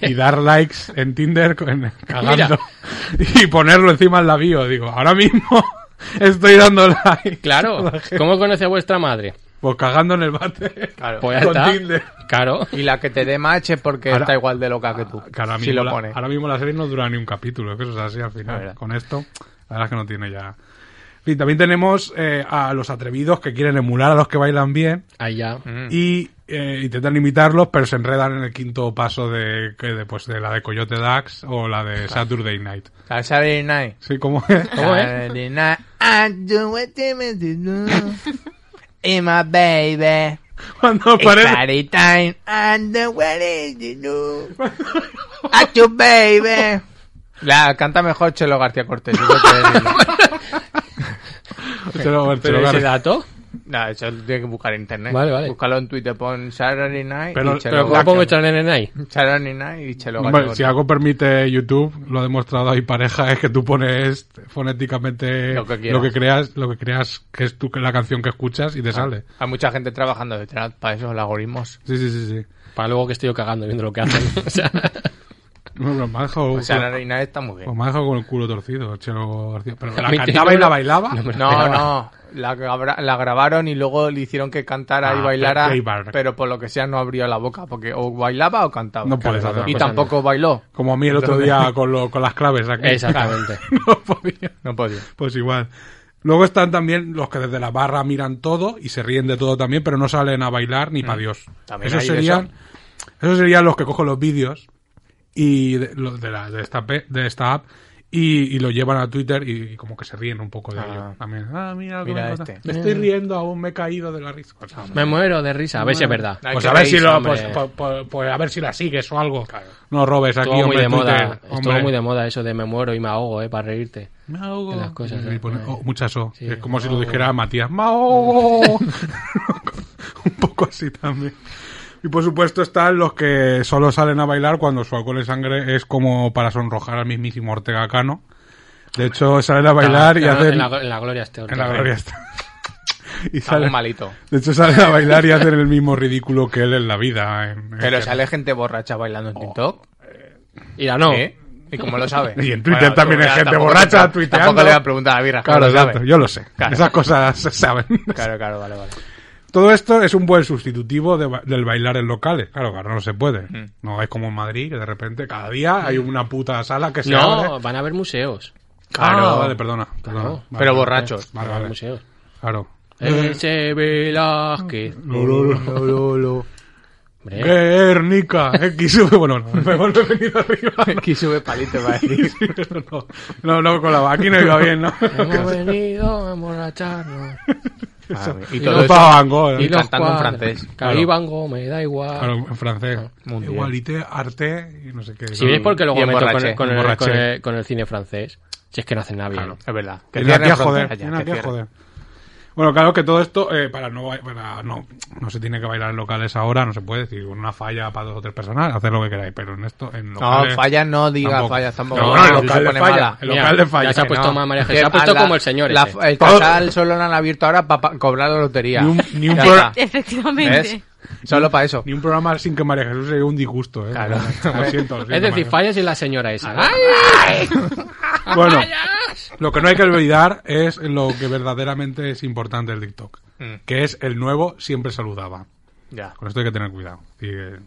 D: y, y dar likes en Tinder con- cagando y ponerlo encima en la bio. Digo, ahora mismo estoy dando like.
C: Claro, ¿cómo conoce a vuestra madre?
D: Pues cagando en el bate.
E: Claro.
C: Pues ya
D: Con
C: está.
D: Tinder.
C: Claro.
E: Y la que te dé match es porque
D: Ahora- Ah,
E: está igual de loca que tú.
D: Que ahora, mismo
E: si lo
D: la,
E: pones.
D: ahora mismo la serie no dura ni un capítulo, que eso es así al
E: La
D: final.
E: verdad.
D: Con esto, la verdad es que no tiene ya. En fin, también tenemos eh, a los atrevidos que quieren emular a los que bailan bien
C: Ahí
D: Mm.
C: ya.
E: Mm.
D: y eh, intentan imitarlos, pero se enredan en el quinto paso de, que de, pues, de la de Coyote Dax o la de Saturday Night.
E: La Saturday night.
D: Sí, como es.
C: ¿Cómo es?
E: Saturday night. I do what you want me to do. In my baby.
D: Cuando
E: It's
D: aparece.
E: party time. I do what you do. At you baby. La canta mejor Chelo García Cortés. yo creo que-
D: Se lo- se lo
C: Pero ese
D: gana.
C: dato,
E: Nah, eso lo tienes que buscar en internet.
C: Vale, vale.
E: Búscalo en Twitter, pon Saturday Night
D: Pero-
C: pero
E: y Chelo
C: ¿cómo
E: García.
C: pongo echar en ahí?
E: Saturday Night y Chelo
D: Hombre,
E: García
D: si
E: Cortés.
D: algo permite YouTube, lo ha demostrado ahí pareja, es que tú pones fonéticamente
E: Lo que
D: lo
E: quieras.
D: que creas, lo que creas que es tú, que la canción que escuchas y te sale.
E: Hay mucha gente trabajando detrás para esos algoritmos.
D: Sí, sí, sí, sí.
C: Para luego que estoy yo cagando viendo lo que hacen. O sea,
D: No, pero me ha dejado,
E: O sea, Saturday Night está muy
D: pues
E: bien.
D: me ha dejado con el culo torcido, Chelo García. Pero
C: A
D: la
C: mí
D: cantaba
C: te-
D: y la bailaba.
C: me lo
E: No,
C: esperaba.
E: no. La, gra- la grabaron y luego le hicieron que cantara
D: Ah,
E: y bailara.
D: playback.
E: Pero por lo que sea no abrió la boca. Porque o bailaba o cantaba.
D: No puedes
E: Y
D: hacer una
C: cosa
E: tampoco bailó.
D: Como a mí el otro día con, lo- con las claves aquí.
C: Exactamente.
D: no podía.
E: No podía.
D: Pues igual. Luego están también los que desde la barra miran todo y se ríen de todo también, pero no salen a bailar ni para Dios.
E: Mm. También
D: Esos
E: hay de
D: serían, esos serían los que cogen los vídeos y de, lo- de la- de esta, pe- de esta app y, y lo llevan a Twitter y, como que se ríen un poco de
E: Ah.
D: ello. También, ah, mira,
E: Mira
D: cómo-
E: este.
D: me estoy riendo, aún me he caído de la risa. Pues, ah,
C: Me muero de risa, a ver si es verdad.
E: Hay
D: pues
E: que
D: a ver si
E: reírse,
D: lo,
C: hombre.
D: pues, pues- pues- pues a ver si la sigues o algo. No robes aquí,
C: Estuvo muy
D: hombre,
C: de moda,
D: Twitter,
C: estuvo
D: hombre.
C: muy de moda eso de me muero y me ahogo, eh, para reírte.
D: Me ahogo.
C: En las cosas,
D: Y
C: ¿eh?
D: pone-
C: Eh.
D: oh, muchas O.
C: Sí, oh.
D: es como
C: me
D: si lo
C: ahogo.
D: dijera Matías. ¡Me ahogo! Un poco así también. Y por supuesto están los que solo salen a bailar cuando su alcohol en sangre es como para sonrojar al mismísimo Ortega Cano. De hecho, salen a bailar y
C: Ah,
D: hacen...
C: En la, en la gloria este.
D: en la gloria está. Y
E: Está muy
D: salen,
E: malito.
D: de hecho, salen a bailar y hacen el mismo ridículo que él en la vida. en- en-
E: Pero sale gente borracha bailando
D: Oh.
E: en TikTok.
C: Mira, no.
E: ¿eh? ¿Y cómo lo sabe?
D: Y en Twitter también hay
E: ya,
D: gente
E: tampoco-
D: borracha
E: tampoco-
D: tuiteando.
E: Tampoco le voy a preguntar a la Vira.
D: Claro,
E: lo sabe.
D: exacto, yo lo sé.
E: Claro.
D: Esas cosas se saben.
E: Claro, claro, vale, vale.
D: Todo esto es un buen sustitutivo de ba- del bailar en locales. Claro, claro, no se puede.
E: Mm.
D: No es como en Madrid, que de repente cada día hay una puta sala que se
C: No,
D: abre.
C: van a ver museos.
D: Claro.
E: Claro.
D: vale, perdona. perdona.
C: Claro.
D: Vale,
E: Pero
D: vale.
E: borrachos.
C: Van a
D: Vale,
C: ver
D: vale. Eh.
C: museos. Eh,
D: Claro.
C: Ese Velázquez.
E: ¿Eh?
C: Hombre,
D: Guernica, XV. Bueno, no, me hemos venido arriba.
E: Aquí sube palito para decir.
D: No, no, no, con la aquí no iba bien, ¿no?
C: Hemos venido a emborracharnos.
E: Ah, Y
D: No
E: todo eso.
D: pa' Van Gogh, ¿eh?
E: y lo- cantando en
C: cuadros.
E: francés.
C: Ahí Van Gogh, me da igual.
D: Claro, en francés.
E: Muy bien.
D: Igualité, arte y no sé qué.
C: Si veis porque luego
E: Y
C: meto con
E: emborraché,
C: el, con, el-
D: emborraché.
C: con el- con el cine francés. Si es que no hacen nada bien.
D: Claro.
E: Es verdad.
D: Que tiene aquí a
E: cierren
D: joder.
E: fronteras ya,
D: tiene
E: que
D: aquí a
E: cierren.
D: joder. Bueno, claro que todo esto, eh, para no ba- para no no se tiene que bailar en locales ahora, no se puede decir con una falla para dos o tres personas, hacer lo que queráis, pero en esto, en
E: No,
D: locales...
E: fallas no digas
D: Tampoco.
E: fallas tampoco.
D: Pero bueno, el
E: Porque
D: local
E: se
D: de
E: pone
D: falla,
E: mala.
D: el local de falla,
C: Ya se ha
D: que
C: puesto
E: no.
C: más María
E: Que
C: Se ha puesto
E: la-
C: como el señor
E: la-
C: ese.
E: El casal solo lo han abierto ahora para cobrar la lotería.
D: Ni un- ni un
E: Ya
D: pro-
E: está.
F: Efectivamente.
E: ¿Ves? Solo para eso.
D: Ni un programa sin que María Jesús sería un disgusto, ¿eh?
C: Claro.
D: Lo siento, lo siento,
C: Es decir,
D: María.
C: fallas y la señora esa.
D: Bueno, lo que no hay que olvidar es lo que verdaderamente es importante del TikTok,
E: Mm.
D: que es el nuevo siempre saludaba.
E: Ya.
D: Con esto hay que tener cuidado. Y, eh, los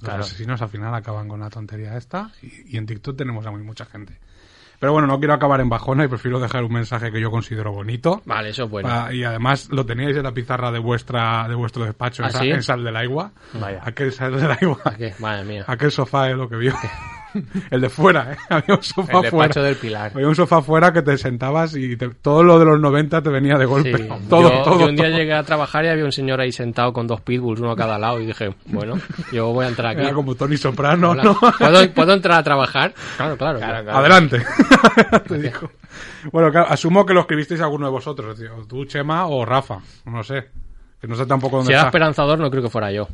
C: Claro.
D: asesinos al final acaban con la tontería esta y, y en TikTok tenemos a muy mucha gente. Pero bueno, no quiero acabar en bajona y prefiero dejar un mensaje que yo considero bonito.
C: Vale, eso es bueno.
D: Pa- y además lo teníais en la pizarra de vuestra de vuestro despacho
C: ¿Ah,
D: en, Sa-
C: sí?
D: en Sal del Aigua.
C: Vaya.
D: Aquel Sal del Aigua.
C: ¿A qué? Madre mía.
D: Aquel sofá es lo que vio. el de fuera, ¿eh? Había un sofá
E: El despacho
D: fuera.
E: del Pilar.
D: Había un sofá fuera que te sentabas y te- todo lo de los 90 te venía de
C: Sí,
D: golpe.
C: yo,
D: Todo, todo.
C: yo un día
D: todo.
C: llegué a trabajar y había un señor ahí sentado con dos pitbulls, uno a cada lado, y dije, bueno, yo voy a entrar aquí.
D: Era como Tony Soprano,
C: Hola,
D: ¿no?
C: ¿Puedo, puedo entrar a trabajar? Claro, claro. claro.
D: Adelante. Te dijo. Bueno, claro, asumo que lo escribisteis alguno de vosotros, tío. tú, Chema o Rafa, no sé. Que no sé tampoco dónde
C: Si era
D: está.
C: esperanzador, no creo que fuera yo.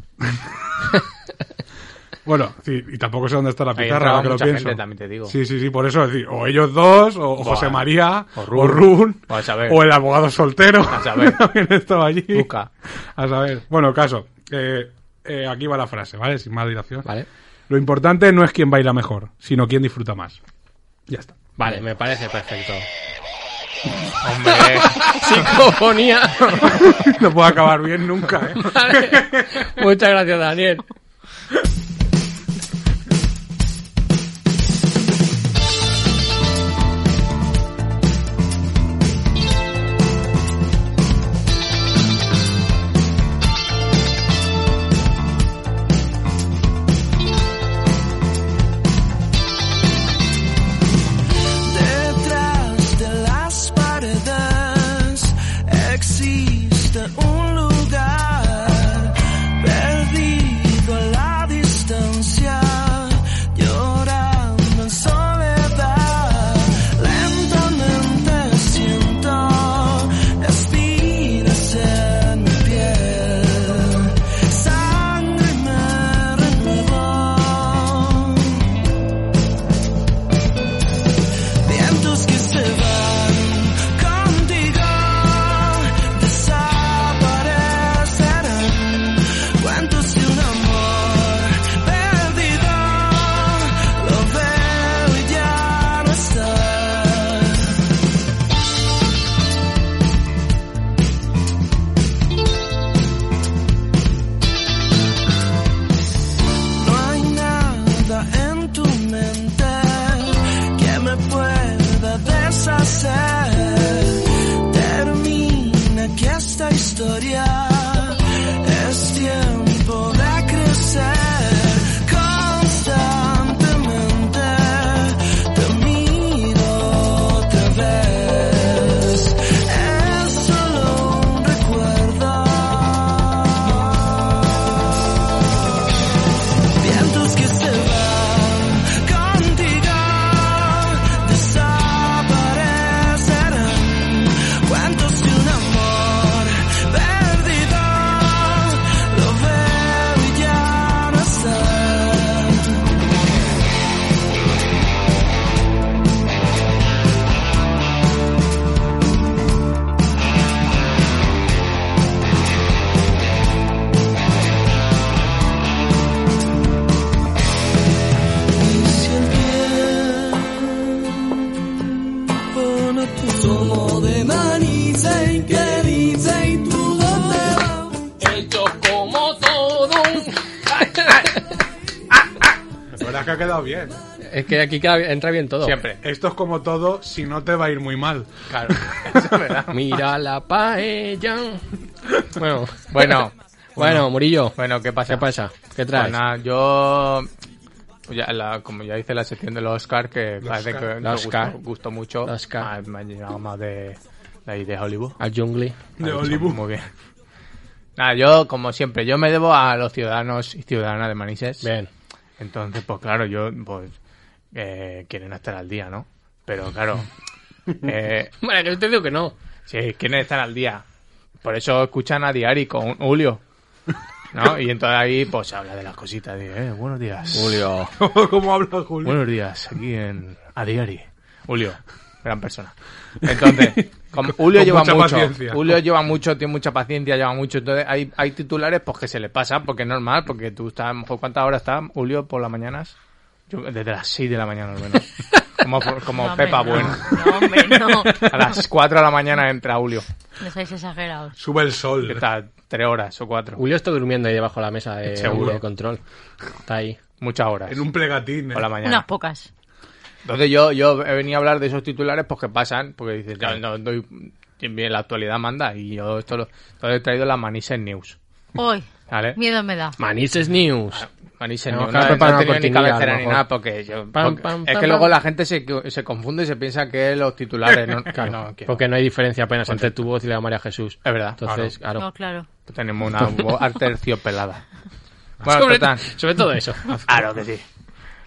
D: Bueno, sí, y tampoco sé dónde está la
E: Ahí
D: pizarra,
E: entraba
D: ahora que lo
E: mucha
D: pienso.
E: gente, también te digo.
D: Sí, sí, sí, por eso es decir, o ellos dos, o José María,
E: o
D: o
E: Run.
D: Run, o,
E: O a saber.
D: el abogado soltero.
E: A saber.
D: También estaba allí.
E: Luca.
D: A saber. Bueno, caso. eh, eh, aquí va la frase, ¿vale? Sin más dilación.
C: Vale.
D: Lo importante no es quién baila mejor, sino quién disfruta más. Ya está.
C: Vale, me parece perfecto.
E: Hombre,
C: Psicofonía.
D: no puedo acabar bien nunca, ¿eh?
C: Vale. Muchas gracias, Daniel.
H: Detrás de las paredes existe un lugar perdido en la distancia, llorando en soledad. Lentamente siento espinas en mi piel, sangre me renueva. Vientos que se van contigo desaparecerán. Cuentos de un amor perdido lo veo y ya no está. No hay nada en tu mente que me pueda deshacer. Termina que esta historia es tiempo de crecer. Constantemente te miro otra vez. Es solo un recuerdo. Vientos que se van contigo desaparecerán. Cuentos de un amor perdido lo veo y ya no está. Si el tiempo no pudo de maniza y que dice y tú no te vas.
C: Hecho como todo.
D: La verdad es que ha quedado bien.
C: Es que aquí queda- entra bien todo.
E: siempre.
D: Esto es como todo, si no te va a ir muy mal.
E: Claro, eso es verdad.
C: Mira la paella. Bueno,
E: Bueno,
C: bueno, Murillo.
E: bueno, ¿qué pasa?
C: ¿Qué pasa? ¿Qué
E: Pues
C: traes?
E: nada, yo... ya la- como ya hice la sección de los Oscar, que parece que me
C: Los
E: gustó,
C: Oscar.
E: gustó mucho.
C: Los Oscar.
E: Ah, me han llegado más de, de ahí de Hollywood.
C: Al jungle.
D: De
E: Ah,
D: Hollywood.
E: Muy bien. Nada, yo, como siempre, yo me debo a los ciudadanos y ciudadanas de Manises.
C: Bien.
E: Entonces, pues claro, yo, pues, eh, quieren estar al día, ¿no? Pero claro, eh,
C: Bueno, que yo te digo que no.
E: sí, quieren estar al día. Por eso escuchan a Diari con Julio. ¿No? Y entonces ahí, pues, se habla de las cositas. de, eh, buenos días.
C: Julio.
D: ¿Cómo habla Julio?
E: Buenos días, aquí en A Diari. Julio, gran persona. Entonces, como Julio
D: Con
E: lleva
D: mucha
E: mucho,
D: paciencia.
E: Julio lleva mucho, tiene mucha paciencia, lleva mucho. Entonces, hay, hay titulares pues que se le pasa, porque es normal, porque tú estás, a lo mejor, ¿cuántas horas está Julio por las mañanas? Yo, desde las 6 de la mañana al menos. Como, como
F: No, hombre,
E: Pepa
F: no.
E: Bueno.
F: No, hombre, no.
E: A las 4 de la mañana entra Julio,
F: No seáis exagerados.
D: Sube el
E: que
D: sol.
E: está 3 horas o 4.
C: Julio está durmiendo ahí debajo de la mesa de,
E: Seguro.
C: de control. Está ahí.
E: Muchas horas.
D: En un plegatín. ¿eh?
E: Por la mañana.
F: Unas pocas.
E: Entonces yo, yo he venido a hablar de esos titulares porque pasan, porque dices, ya, no, doy- bien, la actualidad manda y yo esto lo, entonces he traído la Manises News,
F: Hoy.
E: ¿vale? Ah,
F: Miedo me da.
C: Manises News.
E: Manises
C: Tenemos
E: News,
C: que
E: no, no,
C: preparar una
E: he tenido ni
C: cortinilla, a
E: cabecera
C: lo
E: ni
C: mejor.
E: nada porque yo...
C: Pam,
E: porque-
C: pam,
E: es
C: pam,
E: que
C: pam.
E: luego la gente se, se confunde y se piensa que los titulares... No,
C: Claro,
E: no, que no.
C: porque no Eh, hay diferencia apenas entre tu voz y la de María Jesús.
E: Es verdad,
C: Entonces, claro.
F: No, claro.
E: Tenemos una voz arterciopelada. Bueno, total.
C: sobre todo eso.
E: Claro que sí.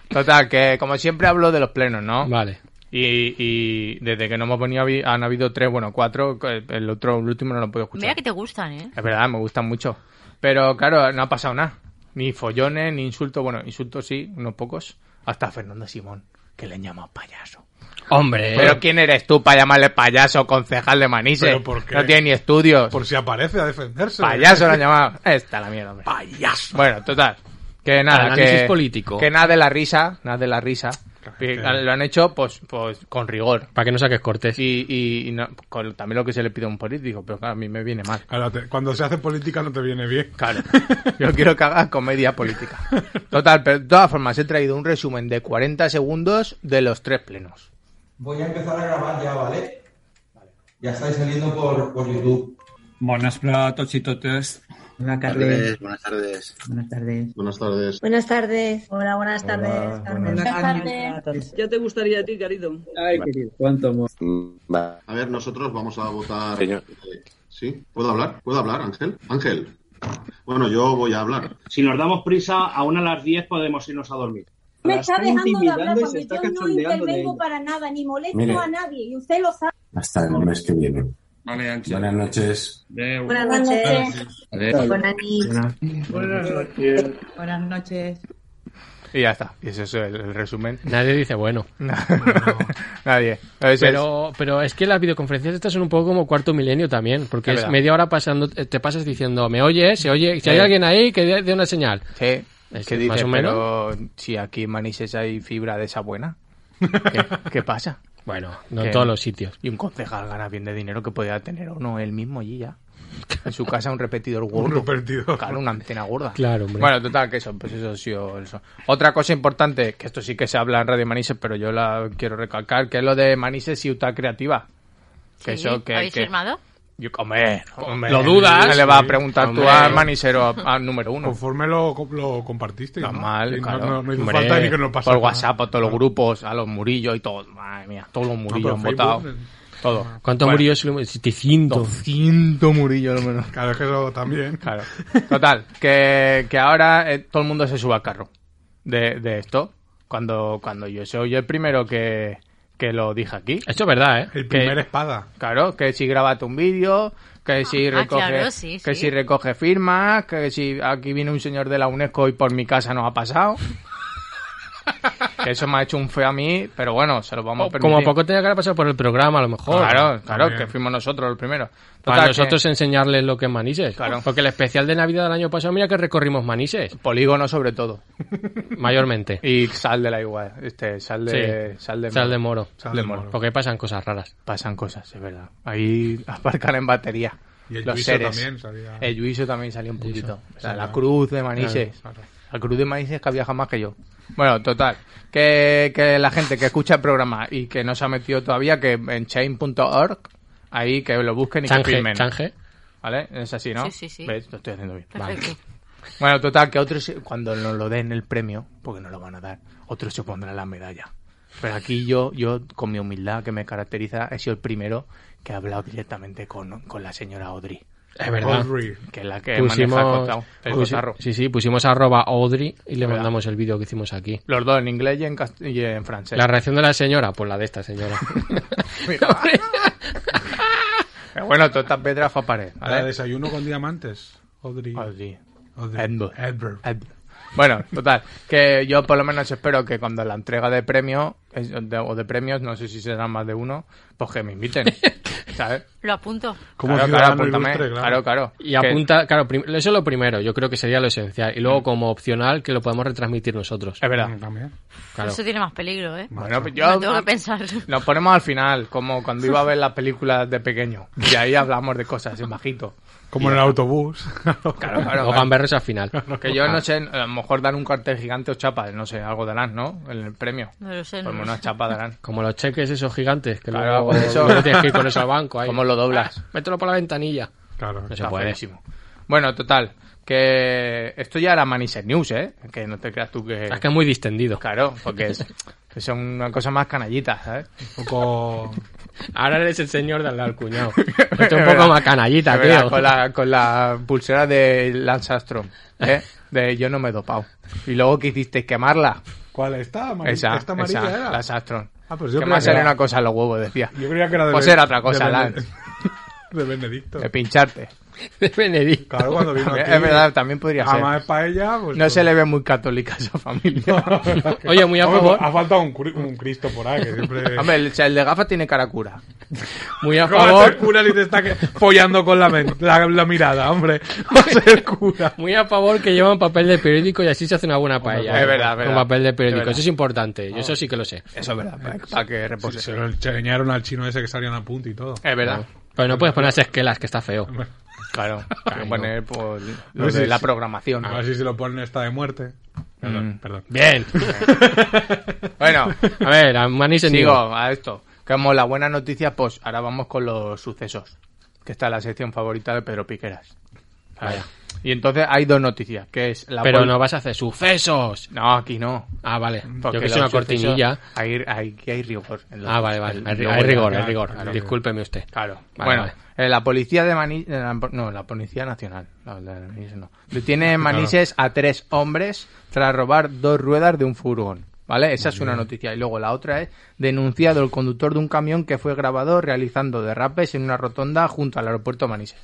E: Total, que como siempre hablo de los plenos, ¿no?
C: Vale.
E: Y, y desde que no hemos venido habi- han habido tres, bueno, cuatro. El el otro, el último no lo puedo escuchar.
F: Mira que te gustan, ¿eh?
E: Es verdad, me gustan mucho. Pero claro, no ha pasado nada. Ni follones, ni insultos. Bueno, insultos sí, unos pocos. Hasta Fernando Simón, que le llama payaso.
C: Hombre.
E: Pero ¿quién eres tú para llamarle payaso, concejal de Manises?
D: ¿Pero por qué?
E: No tiene ni estudios.
D: Por si aparece a defenderse. ¿eh?
E: Payaso lo han llamado. Esta la mierda, hombre.
D: Payaso.
E: Bueno, total. Que nada,
C: Análisis
E: que,
C: político.
E: que nada de la risa, nada de la risa. Que
D: claro.
E: Lo han hecho pues, pues con rigor.
C: Para que no saques cortes.
E: Y, y- y no- con también lo que se le pide a un político, pero claro, a mí me viene mal.
D: Claro, te- cuando se hace política no te viene bien.
E: Claro, yo quiero que hagas comedia política. Total, pero de todas formas he traído un resumen de 40 segundos de los tres plenos.
I: Voy a empezar a grabar ya, ¿vale? Ya estáis saliendo por, por YouTube.
J: Buenas platos y totes.
K: Buenas tardes. Buenas tardes. Buenas tardes. Buenas tardes.
L: Buenas tardes. Hola, buenas tardes.
J: Ya te gustaría a ti, querido. Ay, querido. Cuánto amor.
K: A ver, nosotros vamos a votar. Eh, ¿Sí? ¿Puedo hablar? ¿Puedo hablar, Ángel? Ángel. Bueno, yo voy a hablar.
G: Si nos damos prisa, aún a las 10 podemos irnos a dormir.
L: Me está dejando de hablar
J: intimidando
L: porque
J: y se está
L: yo no
J: cachondeando de
L: intervengo
J: ella.
L: para nada, ni molesto
K: Mire.
L: a nadie, y usted lo sabe.
K: Hasta el mes que viene.
J: Vale, Ancho.
K: Buenas noches.
L: Buenas noches.
K: Buenas
L: Buenas noches.
E: Y ya está, y ese es el, el resumen.
C: Nadie dice bueno.
E: Nadie. Ese es-
C: Pero, pero es que las videoconferencias estas son un poco como cuarto milenio también, porque
E: Es
C: es
E: verdad.
C: media hora pasando, eh, te pasas diciendo, me oye, se oye, si hay
E: Sí.
C: alguien ahí que dé dé una señal.
E: Sí,
C: Es
E: que
C: que más
E: dice,
C: o
E: pero si aquí en Manises hay fibra de esa buena, ¿qué, qué pasa?
C: Bueno, no
E: Sí.
C: en todos los sitios.
E: Y un concejal gana bien de dinero que podía tener uno él mismo allí ya. En su casa un repetidor gordo.
D: repetidor.
E: Claro, una antena gorda.
C: Claro, hombre.
E: Bueno, total, que eso, pues eso ha sido eso. Otra cosa importante, que esto sí que se habla en Radio Manises, pero yo la quiero recalcar, que es lo de Manises Ciudad Creativa. Que
F: Sí,
E: eso, que,
F: ¿Habéis
E: que-
F: firmado?
E: Yo, hombre, hombre,
C: Lo dudas.
E: ¿qué Le va a preguntar tú
C: Hombre.
E: al manisero al número uno.
D: Conforme lo, lo compartiste. ¿no?
E: Normal,
D: Y no,
E: claro.
D: no- no hizo
E: Hombre,
D: falta ni que nos pasara.
E: Por WhatsApp, a todos los grupos, a los murillos y todo. Madre mía, todos los murillos
D: pero
E: han
D: Facebook,
E: votado.
D: eh,
E: Todo.
C: ¿Cuánto
E: Bueno,
C: murió? ese- 700.
E: 200 murillos, lo menos.
D: Claro, es que eso también.
E: Claro. Total, que, que ahora eh, todo el mundo se suba al carro de, de esto. Cuando, cuando yo soy el primero que, que lo dije aquí.
C: Esto es verdad, ¿eh?
D: El
E: Que-
D: primer espada.
E: Claro, que si grabaste un vídeo, que si
F: Ah,
E: recoge,
F: claro, sí,
E: que
F: sí.
E: si recoge firmas, que si aquí viene un señor de la UNESCO y por mi casa nos ha pasado. que eso me ha hecho un feo a mí, pero bueno, se lo vamos a
C: O-
E: permitir.
C: Como poco tenía que haber pasado por el programa, a lo mejor.
E: Claro, claro,
D: También.
E: que fuimos nosotros los primeros.
C: Para
E: Total,
C: nosotros
E: que
C: enseñarles lo que es Manises.
E: Claro.
C: Porque el especial de Navidad del año pasado, mira que recorrimos Manises,
E: polígono sobre todo.
C: mayormente.
E: Y sal de la igual, este, sal de, sal de,
C: Sal de moro.
D: Sal de moro.
C: Porque pasan cosas raras.
E: Pasan cosas, es verdad. Ahí aparcan en batería.
D: Y el
E: los
D: Yuiso
E: seres. Eh,
D: también salía.
E: El Yuiso también salía un poquito. O sea, la
D: Claro.
E: cruz de Manises.
D: Claro, claro.
E: La cruz de Manises que viaja más que yo. Bueno, total. Que, que la gente que escucha el programa y que no se ha metido todavía, que en chain.org, ahí que lo busquen y que
C: Change,
E: firmen.
C: change.
E: ¿Vale? Es así, ¿no?
F: Sí, sí, sí.
E: ¿Ves? Lo estoy haciendo bien.
F: Perfecto.
E: Bueno, total, que otros, cuando nos lo den el premio, porque no lo van a dar, otros se pondrán la medalla. Pero aquí yo, yo con mi humildad que me caracteriza, he sido el primero que ha hablado directamente con, con la señora Audrey,
C: Es verdad.
D: Audrey.
E: que es la que maneja el,
C: Pusimos,
E: cotao- el
C: pusi-
E: cotarro.
C: sí, sí, pusimos arroba Audrey y le
E: Verdad.
C: mandamos el vídeo que hicimos aquí.
E: Los dos, en inglés y en, cast- y en francés.
C: La reacción de la señora, pues la de esta señora. Hombre.
E: Pero bueno, toda esta piedra fue a pared.
D: La de
E: ¿vale? Pues
D: desayuno con diamantes. Audrey.
E: Audrey.
D: Audrey.
E: Edward.
D: Edward.
E: Bueno, total, que yo por lo menos espero que cuando la entrega de premio, eh, es- de- o de premios, no sé si serán más de uno, pues que me inviten. ¿Sabes?
F: Lo apunto.
E: Como Claro, ciudadano claro, apúntame. ilustre, claro. Claro, claro.
C: Y
E: Que-
C: apunta, claro, prim- eso es lo primero, yo creo que sería lo esencial. Y
E: Mm.
C: luego como opcional que lo podemos retransmitir nosotros.
E: Es verdad.
C: Claro.
F: Eso tiene más peligro, ¿eh?
E: Bueno, pues
F: Lo
E: yo-
F: tengo que pensar.
E: Nos ponemos al final, como cuando iba a ver las películas de pequeño. Y ahí hablamos de cosas en bajito.
D: Como en el autobús. claro,
E: Claro, claro.
C: Los
E: claro.
C: gamberros al final.
E: Que yo no sé, a lo mejor dan un cartel gigante o chapa, no sé, algo darán, ¿no? En el premio.
F: No lo sé, no
E: Pues
F: lo
E: una
F: sé.
E: chapa darán.
C: Como los cheques esos gigantes, que
E: Claro,
C: luego,
E: por eso.
C: luego tienes que ir con eso al banco. Ahí. Ah,
E: ¿Cómo lo doblas?
C: mételo por la ventanilla.
D: Claro,
C: no se
E: Está
C: puede.
E: feísimo. Bueno, total. Que esto ya era Manises News, ¿eh? Que no te creas tú que.
C: Es que es muy distendido.
E: Claro, porque es, que son una cosa más canallita, ¿sabes?
D: Un poco.
C: Ahora eres el señor de al lado, cuñado. Esto es un poco más canallita,
E: Es verdad,
C: tío.
E: Con la, con la pulsera de Lance Armstrong, ¿eh? De yo no me he dopado. Y luego que hicisteis quemarla.
D: ¿Cuál está?
E: Esa,
D: ¿Esta amarilla
E: esa,
D: era?
E: Lance Armstrong.
D: Ah, pues yo
E: que
D: creía
E: más
D: que
E: era
D: era-
E: una cosa a los huevos, decía.
D: Yo creía que era de
E: Pues
D: Ben-
E: era otra cosa,
D: de Ben-
E: Lance.
D: De Benedicto.
E: De pincharte.
C: De Benedicto.
D: Claro, cuando vino
E: Es
D: aquí.
E: verdad, también podría ser.
D: Además, para ella, pues.
E: No se le ve muy católica a esa familia.
C: Oye, muy a
D: Hombre,
C: favor.
D: Ha faltado un, cri- un Cristo por ahí, que siempre.
E: Hombre, el, o sea, el de gafas tiene cara cura.
C: Muy a
D: ¿Cómo va a ser
C: favor.
D: cura si te está que- follando con la, men- la, la mirada, hombre? Va a ser cura.
C: Muy a favor que llevan papel de periódico y así se hace una buena paella.
E: pues, es
C: ¿eh?
E: verdad, es
C: Con
E: verdad.
C: papel de
E: Es
C: periódico.
E: verdad.
C: Eso es importante. Yo eso sí que lo sé.
E: Eso es verdad, para, para que repose.
D: Sí, se lo enseñaron al chino ese que salían a punta y todo.
E: Es verdad.
C: Pero no puedes poner esas esquelas, que está feo.
E: Claro, hay que poner por
D: A
E: lo de
D: ver si- Ah,
E: la programación.
D: A
E: ¿no?
D: ver si se lo ponen esta de muerte. Perdón,
E: Mm.
D: perdón.
C: Bien.
E: Bueno,
C: A ver, a Manis en
E: sigo
C: vivo.
E: a esto. Como la buena noticia, pues ahora vamos con los sucesos. Que está la sección favorita de Pedro Piqueras.
C: Vaya.
E: Y entonces hay dos noticias, que es la
C: Pero
E: pol-
C: no vas a hacer sucesos.
E: No, aquí no.
C: Ah, vale. Yo
E: porque
C: que es
E: los
C: una
E: sucesos-
C: cortinilla.
E: Hay, hay, aquí hay rigor. en los-
C: Ah, vale, vale.
E: en-
C: Hay,
E: no
C: hay
E: voy a-
C: rigor, hay
E: claro,
C: rigor.
E: claro.
C: Discúlpeme usted.
E: Claro.
C: Vale,
E: bueno,
C: vale.
E: eh, la policía de Manises... No, la policía nacional. La de Manises no. Detiene en Manises a tres hombres tras robar dos ruedas de un furgón. ¿Vale? Esa es una noticia. Y luego la otra es denunciado el conductor de un camión que fue grabado realizando derrapes en una rotonda junto al aeropuerto Manises.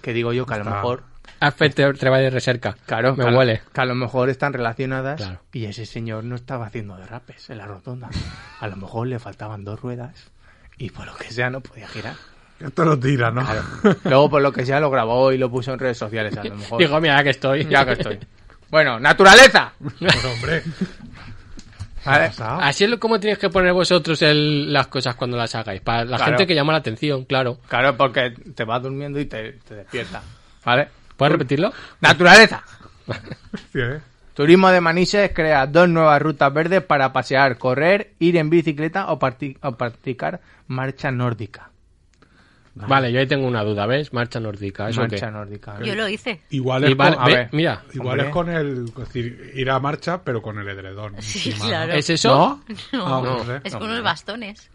E: Que digo yo que a lo
D: Está.
E: mejor...
C: Hazte el trabajo de recerca.
E: Claro,
C: Me
E: que a-
C: huele.
E: Que a lo mejor están relacionadas
C: Claro.
E: y ese señor no estaba haciendo derrapes en la rotonda. A lo mejor le faltaban dos ruedas y por lo que sea no podía girar.
D: Esto lo tira, ¿no?
E: Luego por lo que sea lo grabó y lo puso en redes sociales a lo mejor.
C: Digo, mira, ya que estoy.
E: ya que estoy. Bueno, naturaleza.
D: Pues, hombre.
E: ¿Vale?
C: Así es lo- como tienes que poner vosotros el- las cosas cuando las hagáis. Para la
E: Claro.
C: gente que llama la atención, claro.
E: Claro, porque te vas durmiendo y te, te despiertas. ¿Vale?
C: ¿Puedes repetirlo?
E: Naturaleza.
D: Sí, ¿eh?
E: Turismo de Manises crea dos nuevas rutas verdes para pasear, correr, ir en bicicleta o, parti- o practicar marcha nórdica.
C: Vale. yo ahí tengo una duda, ¿ves? Marcha nórdica. ¿eso
E: marcha
C: qué?
E: nórdica.
F: Yo lo hice.
D: Igual
C: Y
D: es,
C: vale,
D: con,
E: a
C: ve,
E: ver.
C: mira,
D: igual
E: Hombre.
D: es con el. es decir, ir a marcha, pero con el edredón.
F: Sí,
D: encima, ¿no?
F: claro.
C: ¿es eso?
F: No,
D: Ah, no sé.
F: es con unos bastones.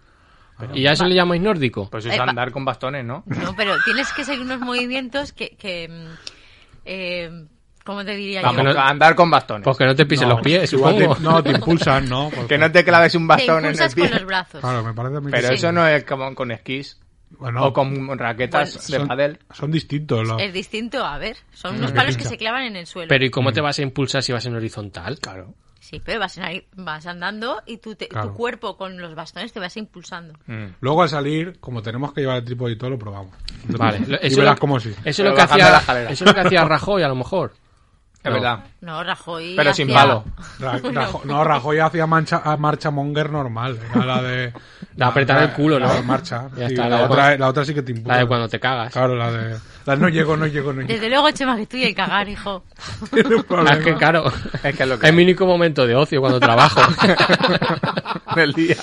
C: ¿Y a eso le llamáis nórdico?
E: Pues eso es
F: Epa.
E: andar con bastones, ¿no?
F: No, pero tienes que seguir unos movimientos que... que mm, eh, ¿Cómo te diría
E: Vamos,
F: yo?
E: a andar con bastones.
C: Pues que no te pisen los pies,
D: Igual te-
C: supongo.
D: no, te impulsan, ¿no?
E: Que no te clavaes un
F: Te
E: bastón en el
F: impulsas
E: pie.
F: con los brazos.
D: Claro, me parece a mí que-
E: Pero eso no es como con esquís
D: Bueno,
E: o con raquetas de
D: son-
E: padel.
D: Son distintos. los-
F: Es distinto, a ver. Son unos palos que se clavan en el suelo.
C: Pero ¿y cómo te vas a impulsar si vas en horizontal?
E: Claro.
F: Sí, pero vas, en ahí- vas andando y tu, te-
D: Claro.
F: tu cuerpo con los bastones te vas impulsando.
D: Luego al salir, como tenemos que llevar el trípode y todo, lo probamos.
C: Vale, lo-
D: y
C: eso,
D: verás
C: lo-
D: cómo sí.
C: eso,
E: Pero
C: es lo que
E: bajando
C: hacía,
E: la escalera.
C: eso es lo que hacía Rajoy, a lo mejor.
E: Es
C: No.
E: verdad.
F: No, Rajoy.
E: Pero sin
F: hacía-
E: palo.
D: Ra-
F: Bueno.
D: Rajo- no, Rajoy hacía mancha, a marcha monger normal. Era la de.
C: De apretar el culo, ¿no?
D: La de marcha.
C: Ya
D: sí,
C: está, la
D: la,
C: de
D: otra,
C: cuando-
D: la otra sí que te imputa.
C: La de cuando te cagas.
D: Claro, la de. La no llego, no llego, no llego.
F: Desde luego, Chema, que estoy el cagar, hijo.
D: Tiene un
C: Ah, Es
D: problema.
C: que claro,
E: Es que es lo que
C: es
E: hay.
C: mi único momento de ocio cuando trabajo.
E: Del día.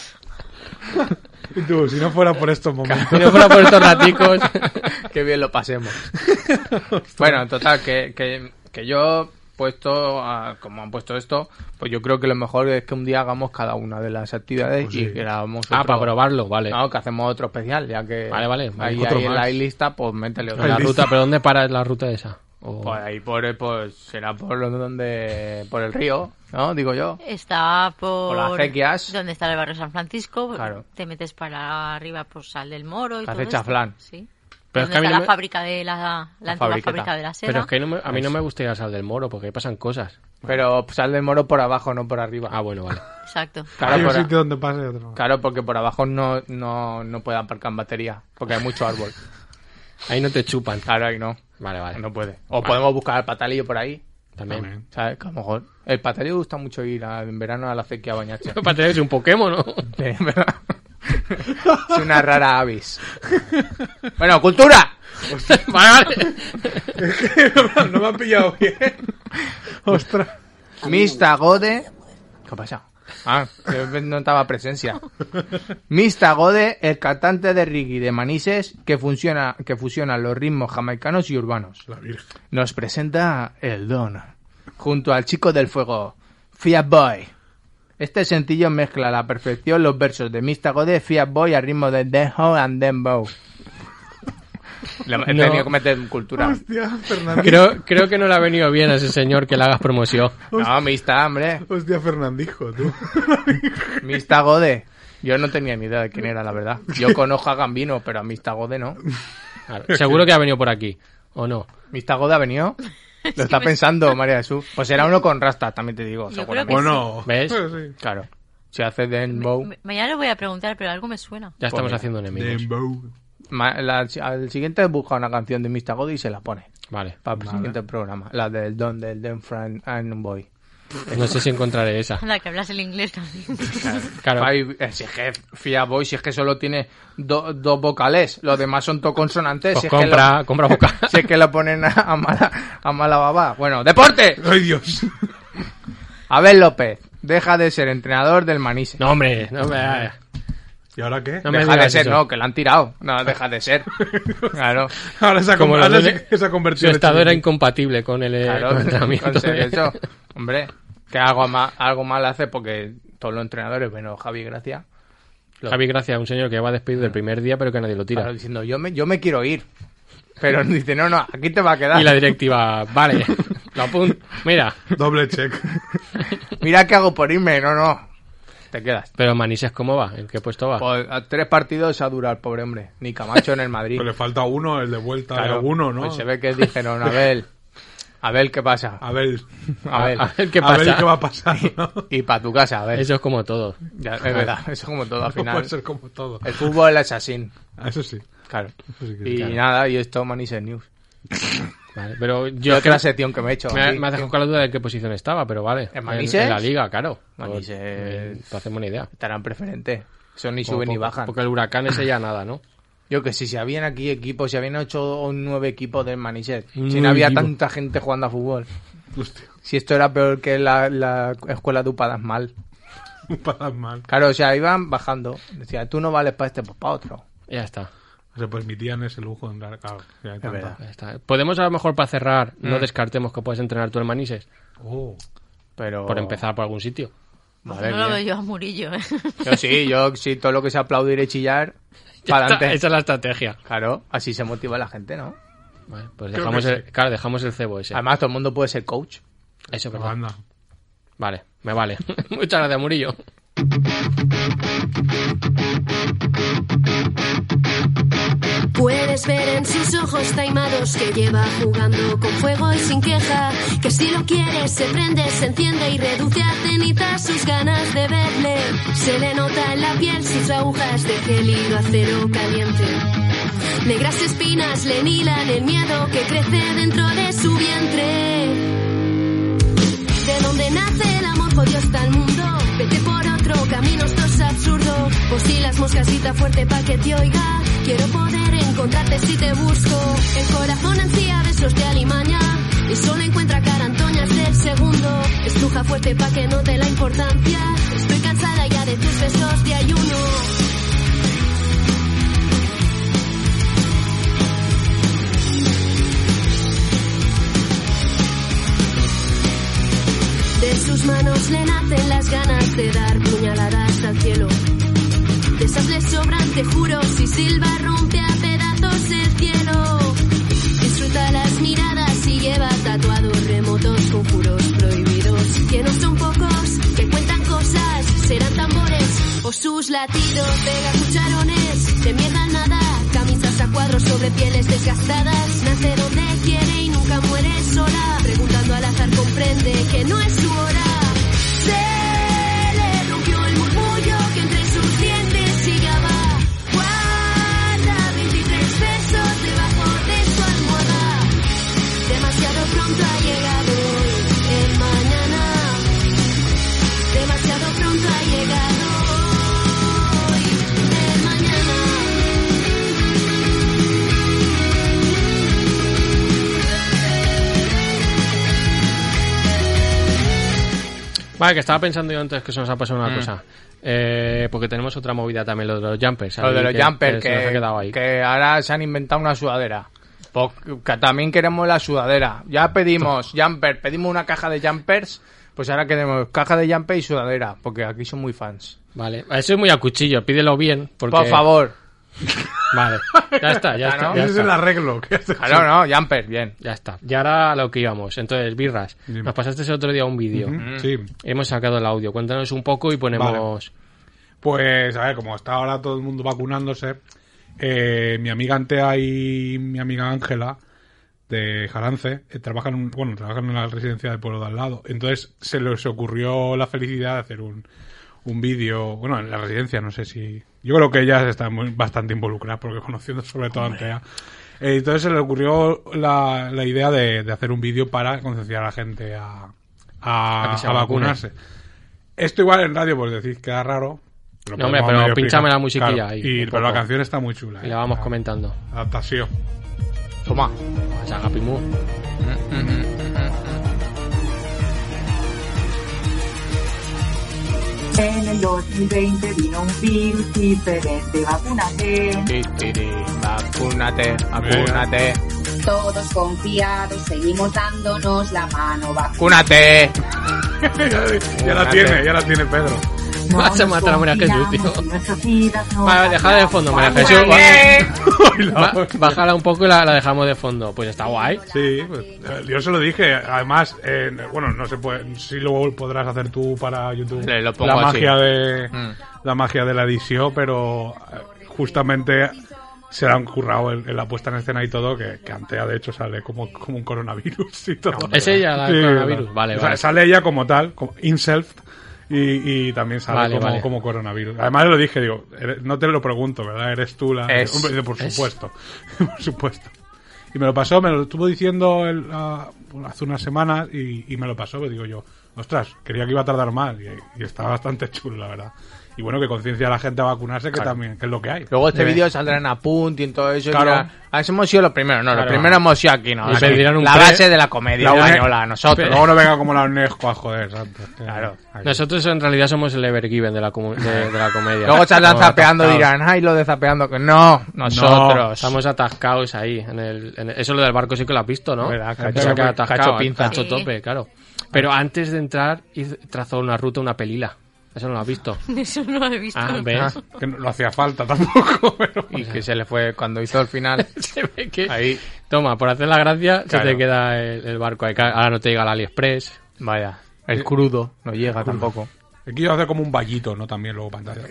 D: Y tú, si no fuera por estos
C: Si
D: momentos.
C: no fuera por estos raticos.
E: Qué bien lo pasemos. bueno, total, que, que, que yo puesto, a- como han puesto esto, pues yo creo que lo mejor es que un día hagamos cada una de las actividades
D: Pues
E: y
D: sí.
E: grabamos
C: Ah,
E: otro-
C: para probarlo, vale.
E: No, que hacemos otro especial, ya que
C: Vale, vale,
E: ahí,
C: otro
E: ahí en
C: más.
E: la lista, pues métele otro.
C: En la ruta, pero ¿dónde para la ruta esa? O-
E: Pues ahí por, pues será por donde por el río, ¿no? Digo yo.
F: Está
E: Por
F: por.
E: las acequias.
F: Donde está el barrio San Francisco.
E: Claro.
F: Te metes para arriba por Sal del Moro y
E: Hace
F: todo esto.
E: chaflán.
F: Sí.
C: Pero es
F: donde
C: que a mí no
F: está la
C: me-
F: fábrica de la, la, antigua
E: fabriqueta.
F: fábrica de la seda.
E: Pues-
C: Pero es que no me- a mí no me gusta ir a Sal del Moro porque ahí pasan cosas.
E: Pero sal del moro por abajo, no por arriba.
C: Ah, bueno, vale.
F: Exacto.
E: Claro,
M: Hay un
E: por a-
M: sitio donde pase y otro.
E: claro, porque por abajo no, no, no puede aparcar en batería, porque hay mucho árbol.
C: Ahí no te chupan.
E: Claro, ahí no.
C: Vale, vale.
E: No puede. O
C: Vale.
E: podemos buscar el patalillo por ahí.
C: También. También.
E: ¿Sabes? Que a lo mejor. El patalillo le gusta mucho ir a- en verano a la acequia a bañarse.
C: El patalillo es un Pokémon, ¿no?
E: Sí, ¿verdad? es una rara avis. Bueno, cultura.
C: Vale,
E: vale. no me han pillado bien. Ostras. Mista Gode. ¿Qué ha pasado? Ah, que no estaba presencia. Mista Gode, el cantante de Riggy de Manises, que, funciona, que fusiona los ritmos jamaicanos y urbanos. Nos presenta el Don, junto al chico del fuego, Fiat Boy. Este sencillo mezcla a la perfección los versos de Mista Gode, Fiat Boy al ritmo de Denho and Dembow. Le- He
C: No.
E: tenido que meter cultura.
M: Hostia, Fernandito.
C: Creo, creo que no le ha venido bien a ese señor que le hagas promoción.
E: No, Mista, hombre.
M: Hostia, Fernandijo, tú.
E: Mista Gode. Yo no tenía ni idea de quién era, la verdad. Yo conozco a Gambino, pero a Mista Gode no.
C: Claro, seguro que ha venido por aquí, ¿o no?
E: ¿Mista Gode ha venido? Lo está pensando, María Jesús. Pues era uno con Rasta, también te digo.
F: Yo
E: seguramente.
M: sí.
F: creo que Bueno.
E: ¿ves?
M: Pues sí.
E: Claro. Si hace Dembow.
F: Ma- Mañana lo voy a preguntar, pero algo me suena.
C: Ya estamos
E: mira.
C: haciendo enemigos.
E: Ma- la- al siguiente busca una canción de Mista Gode y se la pone.
C: Vale.
E: Para el siguiente programa. La del Don, del Don Frank and Boy.
C: Pues No sé si encontraré esa.
F: Anda, que hablas el inglés también.
C: Claro.
E: Ay, eh, si es que Fia Boy, si es que solo tiene do- dos vocales, los demás son todo consonantes.
C: Pues
E: si es que
C: compra,
E: lo-
C: compra boca.
E: Si es que lo ponen a, a mala, a mala baba. Bueno, deporte.
M: ¡Ay, Dios!
E: Abel López, deja de ser entrenador del Manises.
C: No, hombre, no me,
M: ¿Y ahora qué?
C: no me
E: deja de
C: digas
E: ser,
C: eso. Ah.
E: no, que lo han tirado. No, deja de ser. Claro.
M: Ahora se ha,
C: Como
M: com-
C: lo
M: ahora
C: de-
M: sí que se ha
C: Su
M: convertido en
C: estado era
M: chiringuito.
C: incompatible con el, eh,
E: Claro,
C: con el entrenamiento.
E: conseguir eso. Hombre, que algo mal, algo mal hace porque todos los entrenadores, bueno, Javi Gracia, lo-
C: Javi Gracia, un señor que va despedido el primer día, pero que nadie lo tira.
E: claro, diciendo, yo me, yo me quiero ir. Pero dice, no, no, aquí te va a quedar.
C: Y la directiva, vale, lo apun- Mira,
M: Doble check.
E: Mira qué hago por irme, no, no. Te quedas.
C: pero Manises, ¿cómo va? ¿En qué puesto va?
E: Pues, a tres partidos a durar, pobre hombre. Ni Camacho en el Madrid.
M: Pero le falta uno, el de vuelta
E: Claro.
M: de alguno, ¿no?
E: Pues se ve que dijeron, Abel, Abel, ¿qué pasa?
M: A ver,
E: Abel.
C: A ver qué
M: a ver
C: pasa.
M: qué va a pasar, ¿no?
E: Y para tu casa, Abel.
C: Eso es como todo.
E: Ya, es verdad, eso es como todo al
M: No
E: final.
M: puede ser como todo. Ah,
E: El fútbol es así,
M: Eso sí.
E: claro.
C: Pues
M: Eso sí que-
E: Y nada, y esto Manises News.
C: Vale, pero
E: Yo
C: yo
E: otra
C: creo-
E: sección que me he hecho.
C: me, ha-
E: aquí.
C: me ha dejado con la duda de qué posición estaba, pero vale.
E: ¿En Manises?
C: En la liga, claro.
E: Manises.
C: Eh, No hacemos ni idea.
E: Estarán preferentes. Son ni
C: Como
E: suben ni
C: poco-
E: bajan.
C: Porque el huracán ese ya nada, ¿no?
E: Yo que sé, si habían aquí equipos, si habían ocho o nueve equipos del Manises, si
C: Nueve
E: no había
C: equipos.
E: tanta gente jugando a fútbol.
M: Hostia,
E: Si esto era peor que la, la escuela de Upadasmal.
M: pasan mal.
E: Claro, o sea, iban bajando. Decía, tú no vales para este, pues para otro.
C: Ya está.
M: Se permitían ese lujo. En la... claro, ya hay tanta-
E: verdad.
C: ya está. Podemos a lo mejor para cerrar, no
E: Mm.
C: descartemos que puedes entrenar tú el Manises,
M: Oh.
E: Pero...
C: por empezar por algún sitio.
E: Madre
F: no lo
E: mía.
F: veo yo a Murillo, ¿eh?
E: Yo sí, yo sí, todo lo que sea aplaudir y chillar,
C: Ya
E: para
C: está,
E: adelante.
C: esa es la estrategia.
E: Claro, así se motiva la gente, ¿no?
C: Vale, pues dejamos el, claro, dejamos el cebo ese.
E: Además, todo el mundo puede ser coach.
C: Eso,
M: Pero
C: perdón.
M: anda.
C: Vale, me vale. Muchas gracias, Murillo.
H: Puedes ver en sus ojos taimados que lleva jugando con fuego y sin queja. Que si lo quiere, se prende, se enciende y reduce a cenizas sus ganas de verle. Se le nota en la piel sus agujas de gélido acero caliente. Negras espinas le nilan el miedo que crece dentro de su vientre. De donde nace el amor por Dios está el mundo. Vete por otro camino, esto es absurdo. Por si las moscas grita fuerte pa' que te oiga. Quiero poder encontrarte si te busco. El corazón ansía besos de alimaña. Y solo encuentra cara Antoñas del segundo. Estruja fuerte pa' que no te la importancia. Estoy cansada ya de tus besos de ayuno. De sus manos le nacen las ganas de dar puñaladas al cielo. De esas le sobran, te juro, si Silva rompe a pedazos el cielo. Disfruta las miradas y lleva tatuados remotos conjuros prohibidos. Que no son pocos, que cuentan cosas, serán tambores o sus latidos. Pega cucharones, de mierda nada, camisas a cuadros sobre pieles desgastadas. Nace donde quiere y nunca muere sola. Preguntando al azar comprende que no es su hora. Se le rompió el murmullo que entre sus dientes sigaba. Guarda 23 besos debajo de su almohada. Demasiado pronto ha llegado hoy, el mañana. Demasiado pronto ha llegado hoy, el mañana.
C: Vale, que estaba pensando yo antes que se nos ha pasado una
E: Mm.
C: cosa. Eh, porque tenemos otra movida también, lo de los jumpers.
E: Lo de
C: ahí,
E: los jumpers
C: se nos ha quedado
E: que,
C: ahí.
E: que ahora se han inventado una sudadera. Pues que también queremos la sudadera. Ya pedimos jumper, pedimos una caja de jumpers. Pues ahora queremos caja de jumper y sudadera, porque aquí son muy fans.
C: Vale, eso es muy a cuchillo, pídelo bien. Porque...
E: Por favor.
C: Vale, ya está, ya
E: Ah,
C: está.
E: ¿no?
C: ya
E: Ese es
C: está.
E: el arreglo que has hecho. Claro, no, jumper, bien.
C: Ya está. Y ahora a lo que íbamos. Entonces, birras, nos pasaste el otro día un vídeo.
D: Ujú, sí.
C: Hemos sacado el audio. Cuéntanos un poco y ponemos.
D: Pues, a ver, como está ahora todo el mundo vacunándose, eh, mi amiga Antea y mi amiga Ángela de Jalance eh, trabajan, en un- bueno, trabajan en la residencia del pueblo de al lado. Entonces se les ocurrió la felicidad de hacer un, un vídeo, bueno, en la residencia, no sé si... Yo creo que ellas están muy- bastante involucradas porque conociendo sobre todo a Antea. Eh, entonces se le ocurrió la, la idea de, de hacer un vídeo para concienciar a la gente a, a-
C: A que se
D: a
C: vacune.
D: vacunarse. Esto igual en radio, pues decís, queda raro.
C: No, hombre,
D: podemos
C: pero
D: medio
C: pinchame
D: explicar.
C: la musiquilla
D: Claro,
C: ahí,
D: y-
C: un
D: pero la
C: poco.
D: canción está muy chula. ¿eh?
C: Y la vamos comentando.
D: Adaptación.
E: Toma.
C: Chagapimu.
N: En el 2020 vino un virus diferente, vacúnate.
E: Ti, ti, ti. Vacúnate, vacúnate,
N: Todos confiados, seguimos dándonos la mano,
E: vacúnate.
D: Ya la tiene, ya la tiene Pedro.
C: Vas a matar a María Jesús, tío. Vale, dejadla de fondo, María
D: Vamos,
C: Jesús.
D: vale.
C: Ba- Bájala un poco y la, la dejamos de fondo. Pues está guay.
D: Sí, pues, yo se lo dije. Además, eh, bueno, no se puede. Si lo podrás hacer tú para YouTube.
E: Le lo pongo
D: la
E: así.
D: magia de
E: Mm.
D: la magia de la edición, pero eh, justamente se la han currado en, en la puesta en escena y todo que, que Antea de hecho sale como, como un coronavirus y todo.
C: ¿Es ella la del coronavirus? Vale,
D: O sea,
C: vale.
D: Sale ella como tal, como inself. Y, y también sale
C: Vale,
D: como,
C: vale.
D: como coronavirus. Además lo dije, digo, eres- no te lo pregunto, ¿verdad? Eres tú la...
E: Es-
D: Hombre, por
E: es.
D: supuesto. por supuesto. Y me lo pasó, me lo estuvo diciendo él, ah, hace unas semanas y, y me lo pasó, pues digo yo, ostras, creía que iba a tardar más y, y está bastante chulo, la verdad. Y bueno, que conciencia a la gente a vacunarse, que
E: Claro.
D: también, que es lo que hay.
E: Luego este
D: Sí.
E: vídeo saldrá en Apunt y en todo eso. y
D: Claro.
E: dirán, "Ah, eso hemos sido los primeros. No,
D: Claro.
E: los primeros hemos sido aquí, no.
D: Y
E: Aquí,
D: pedirán un
E: la
D: pre-
E: base de la comedia
D: une-
E: española, nosotros.
D: Luego no venga como la UNESCO a joder, santos. Claro.
C: Nosotros en realidad somos el Evergiven de la, comu- de, de la comedia.
E: Luego saldrán
C: Estamos
E: zapeando y
C: atascados.
E: dirán, ay, lo de zapeando. Que no, nosotros.
C: No, estamos atascados ahí. En el, en el- eso lo del barco sí que lo has visto, ¿no?
E: ¿Verdad?
C: Se
E: Cacho-
C: ha quedado atascado,
E: cacho pinza.
C: cacho
E: Sí.
C: tope, claro. Pero antes de entrar, hizo- trazó una ruta, una pelila. Eso no lo has visto.
F: Eso no lo he visto.
C: Ah, ¿ves?
D: que no, hacía falta tampoco.
E: Y que se le fue cuando hizo el final.
C: se ve que...
E: Ahí.
C: Toma, por hacer la gracia,
E: Claro.
C: se te queda el, el barco ahí. Claro, Ahora no te llega el AliExpress.
E: Vaya. El crudo no llega tampoco.
D: Aquí yo hacer como un vallito, ¿no? También luego pantalla.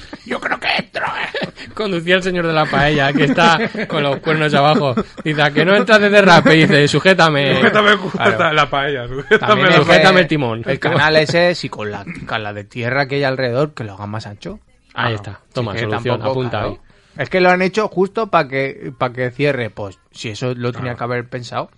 E: eh.
C: Conducía el señor de la paella, que está con los cuernos abajo. Dice, "¿A que no entras de derrape. Y dice, sujétame.
D: Sujétame el culo,
C: Claro.
D: está la paella.
E: Eh, También
D: Sujétame
E: es
D: la-
E: que
C: sujétame el timón.
E: El canal ese, si con la, con la de tierra que hay alrededor, que lo hagan más ancho.
C: Ahí está. Toma,
E: que
C: solución. Apunta
E: claro.
C: ahí.
E: Es que lo han hecho justo para que, para que cierre. Pues si eso lo tenía que haber pensado.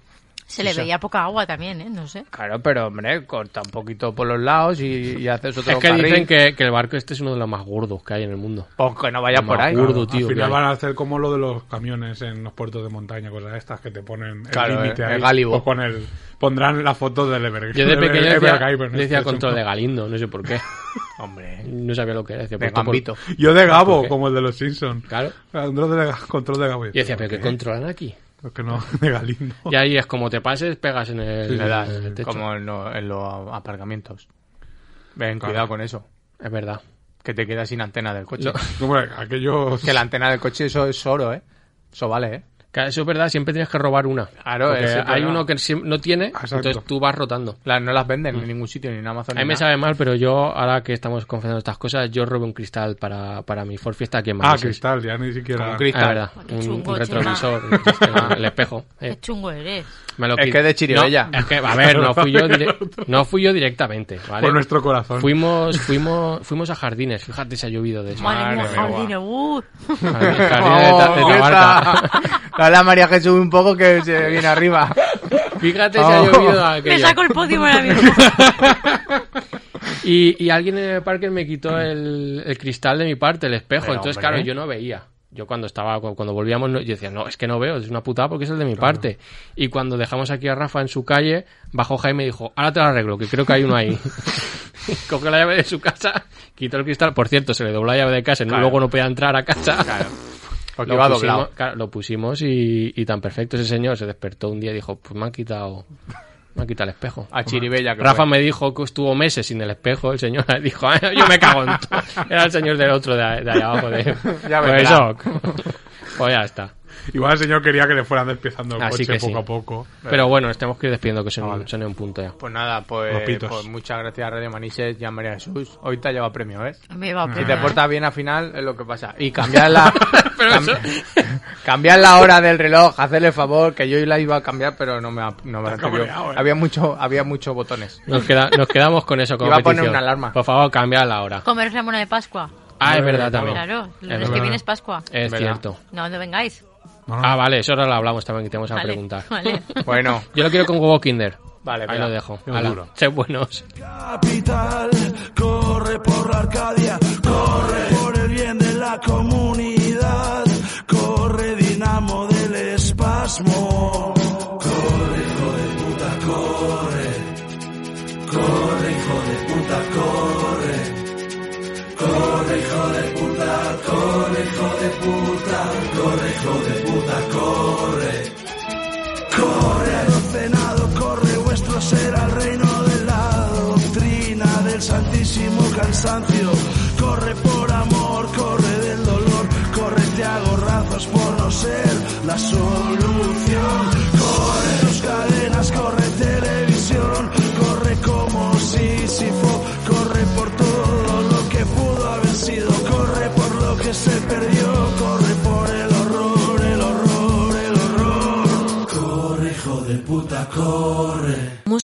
F: Se le
E: Eso.
F: veía poca agua también, ¿eh? No sé.
E: Claro, pero hombre, corta un poquito por los lados y, y haces otro
C: Es que
E: carril.
C: dicen que, que el barco este es uno de los más gordos que hay en el mundo.
E: Pues que no vaya
C: El
E: por
C: más
E: ahí.
C: gordo,
D: Al
C: tío. que
D: final
C: hay.
D: van a hacer como lo de los camiones en los puertos de montaña, cosas estas que te ponen el
E: Claro,
D: límite
E: el-
D: ahí.
E: el gálibo.
D: O con el, pondrán la foto del Evergreen.
C: Yo de pequeño
D: Ever-
C: decía,
D: Evergreen,
C: decía
D: este es un-
C: control de Galindo, no sé por qué.
E: Hombre.
C: No sabía lo que era. Decía, "Pues
E: De
C: ¿por qué?
E: Gambito.
D: Yo de
C: ¿Por
D: Gabo,
C: qué?
D: como el de los Simpsons.
C: Claro.
D: Control de, Ga- control de Gabo.
C: Yo decía,
E: ¿Eh?
C: ¿pero qué controlan aquí?
D: Creo que no, de Galindo.
C: Y ahí es como te pases, pegas en el,
E: Le das,
C: en el techo.
E: como en, lo- en los aparcamientos. Ven,
C: Claro.
E: cuidado con eso.
C: Es verdad.
E: Que te quedas sin antena del coche.
D: Hombre, aquello...
E: Que la antena del coche eso es oro, ¿eh? Eso vale, ¿eh?
C: Que Eso es verdad, siempre tienes que robar una.
E: Claro,
C: Porque
E: ese es el
C: hay
E: problema.
C: uno que siem- no tiene, entonces tú vas rotando.
E: no las venden en ningún sitio, ni en Amazon.
C: Mm. A mí
E: ni
C: me
E: nada.
C: sabe mal, pero yo, ahora que estamos confesando estas cosas, yo robé un cristal para, para mi Ford Fiesta aquí en
M: Ah,
C: Manises.
M: cristal, ya ni siquiera.
C: Un cristal. Ah, verdad.
F: qué
C: Un-
F: chungo,
C: un retrovisor,
F: Chema.
C: un sistema, el espejo. eh.
F: Qué chungo eres.
C: Me lo
E: Es
C: quit-
E: que es de Chiribella.
C: No, es que, a ver, no fui yo, dire- no fui yo directamente, ¿vale?
M: Por nuestro corazón.
C: Fuimos, fuimos, fuimos a jardines, fíjate si ha llovido de eso.
F: Madre mía, jardines, uh.
C: Jardines de Ta- de
E: Oh,
C: Tabarca.
E: esta- Dale a María Jesús un poco que se viene arriba.
C: Fíjate si ha llovido aquello.
F: Oh. Me saco el podio ahora mismo.
C: Y, y alguien en el parque me quitó el, el cristal de mi parte, el espejo.
E: Pero,
C: Entonces,
E: hombre. ¿eh?
C: claro, yo no veía. Yo cuando estaba, cu- cuando volvíamos, no- yo decía, no, es que no veo, es una putada porque es el de mi parte. Y cuando dejamos aquí a Rafa en su calle, bajó Jaime y dijo, ahora te lo arreglo, que creo que hay uno ahí. Cogió la llave de su casa, quitó el cristal. Por cierto, se le dobló la llave de casa, no-
E: Claro.
C: luego no podía entrar a casa.
E: Claro. Porque iba
C: pusimos,
E: doblado.
C: claro, lo pusimos y, y tan perfecto ese señor se despertó un día y dijo, pues me han quitado, me han quitado el espejo.
E: A Chiribella que
C: Rafa
E: fue.
C: me dijo que estuvo meses sin el espejo, el señor dijo, "Ah, yo me cago en todo. Era el señor del otro de, de allá abajo de...
E: Ya
C: pues
E: vendrá.
C: eso, pues ya está.
M: Igual el señor quería que le fueran despiezando el
C: Así
M: coche
C: que Ah, sí.
M: poco a poco.
C: Pero bueno, nos tenemos que ir despidiendo que son, son en un punto ya.
E: Pues nada, pues,
C: Los pitos.
E: pues muchas gracias Radio Manises y a María Jesús. Hoy te ha llevado premio, ¿ves?
F: Me va a
E: Si te
C: Ah.
F: pegar.
E: portas bien al final es lo que pasa. Y cambiar la,
C: Pero
E: cam-
C: eso-
E: cambiar la hora del reloj, hacerle favor, que yo la iba a cambiar, pero no me, ha- no me
C: Te
E: ha
C: has
E: atrevido.
C: cabreado, eh.
E: Había mucho, había muchos botones.
C: Nos, queda- nos quedamos con eso como
E: Iba a poner
C: petición.
E: una alarma.
C: Por favor, cambia la hora.
F: Comer la mona de Pascua.
C: Ah, es verdad también.
F: Claro, este
C: Es
F: el lunes que
C: verdad. Eh.
F: viene es Pascua.
C: Es
E: Verdad.
C: cierto.
F: No, no vengáis.
C: Ah, vale, eso ahora lo hablamos también que tenemos a
F: Vale,
C: preguntar.
F: vale.
E: Bueno.
C: Yo lo quiero con huevo Kinder.
E: Vale,
C: Ahí
E: venga.
C: lo dejo.
E: Qué
C: Hala,
E: duro.
C: Sé buenos.
O: capital, corre por la Arcadia, corre por el bien de la comunidad, corre Dinamo del espasmo, corre hijo de puta, corre, corre hijo de puta, corre, corre hijo de puta, corre hijo de puta, corre hijo de puta, corre. Corre al Senado, corre vuestro ser al reino de la doctrina del santísimo cansancio.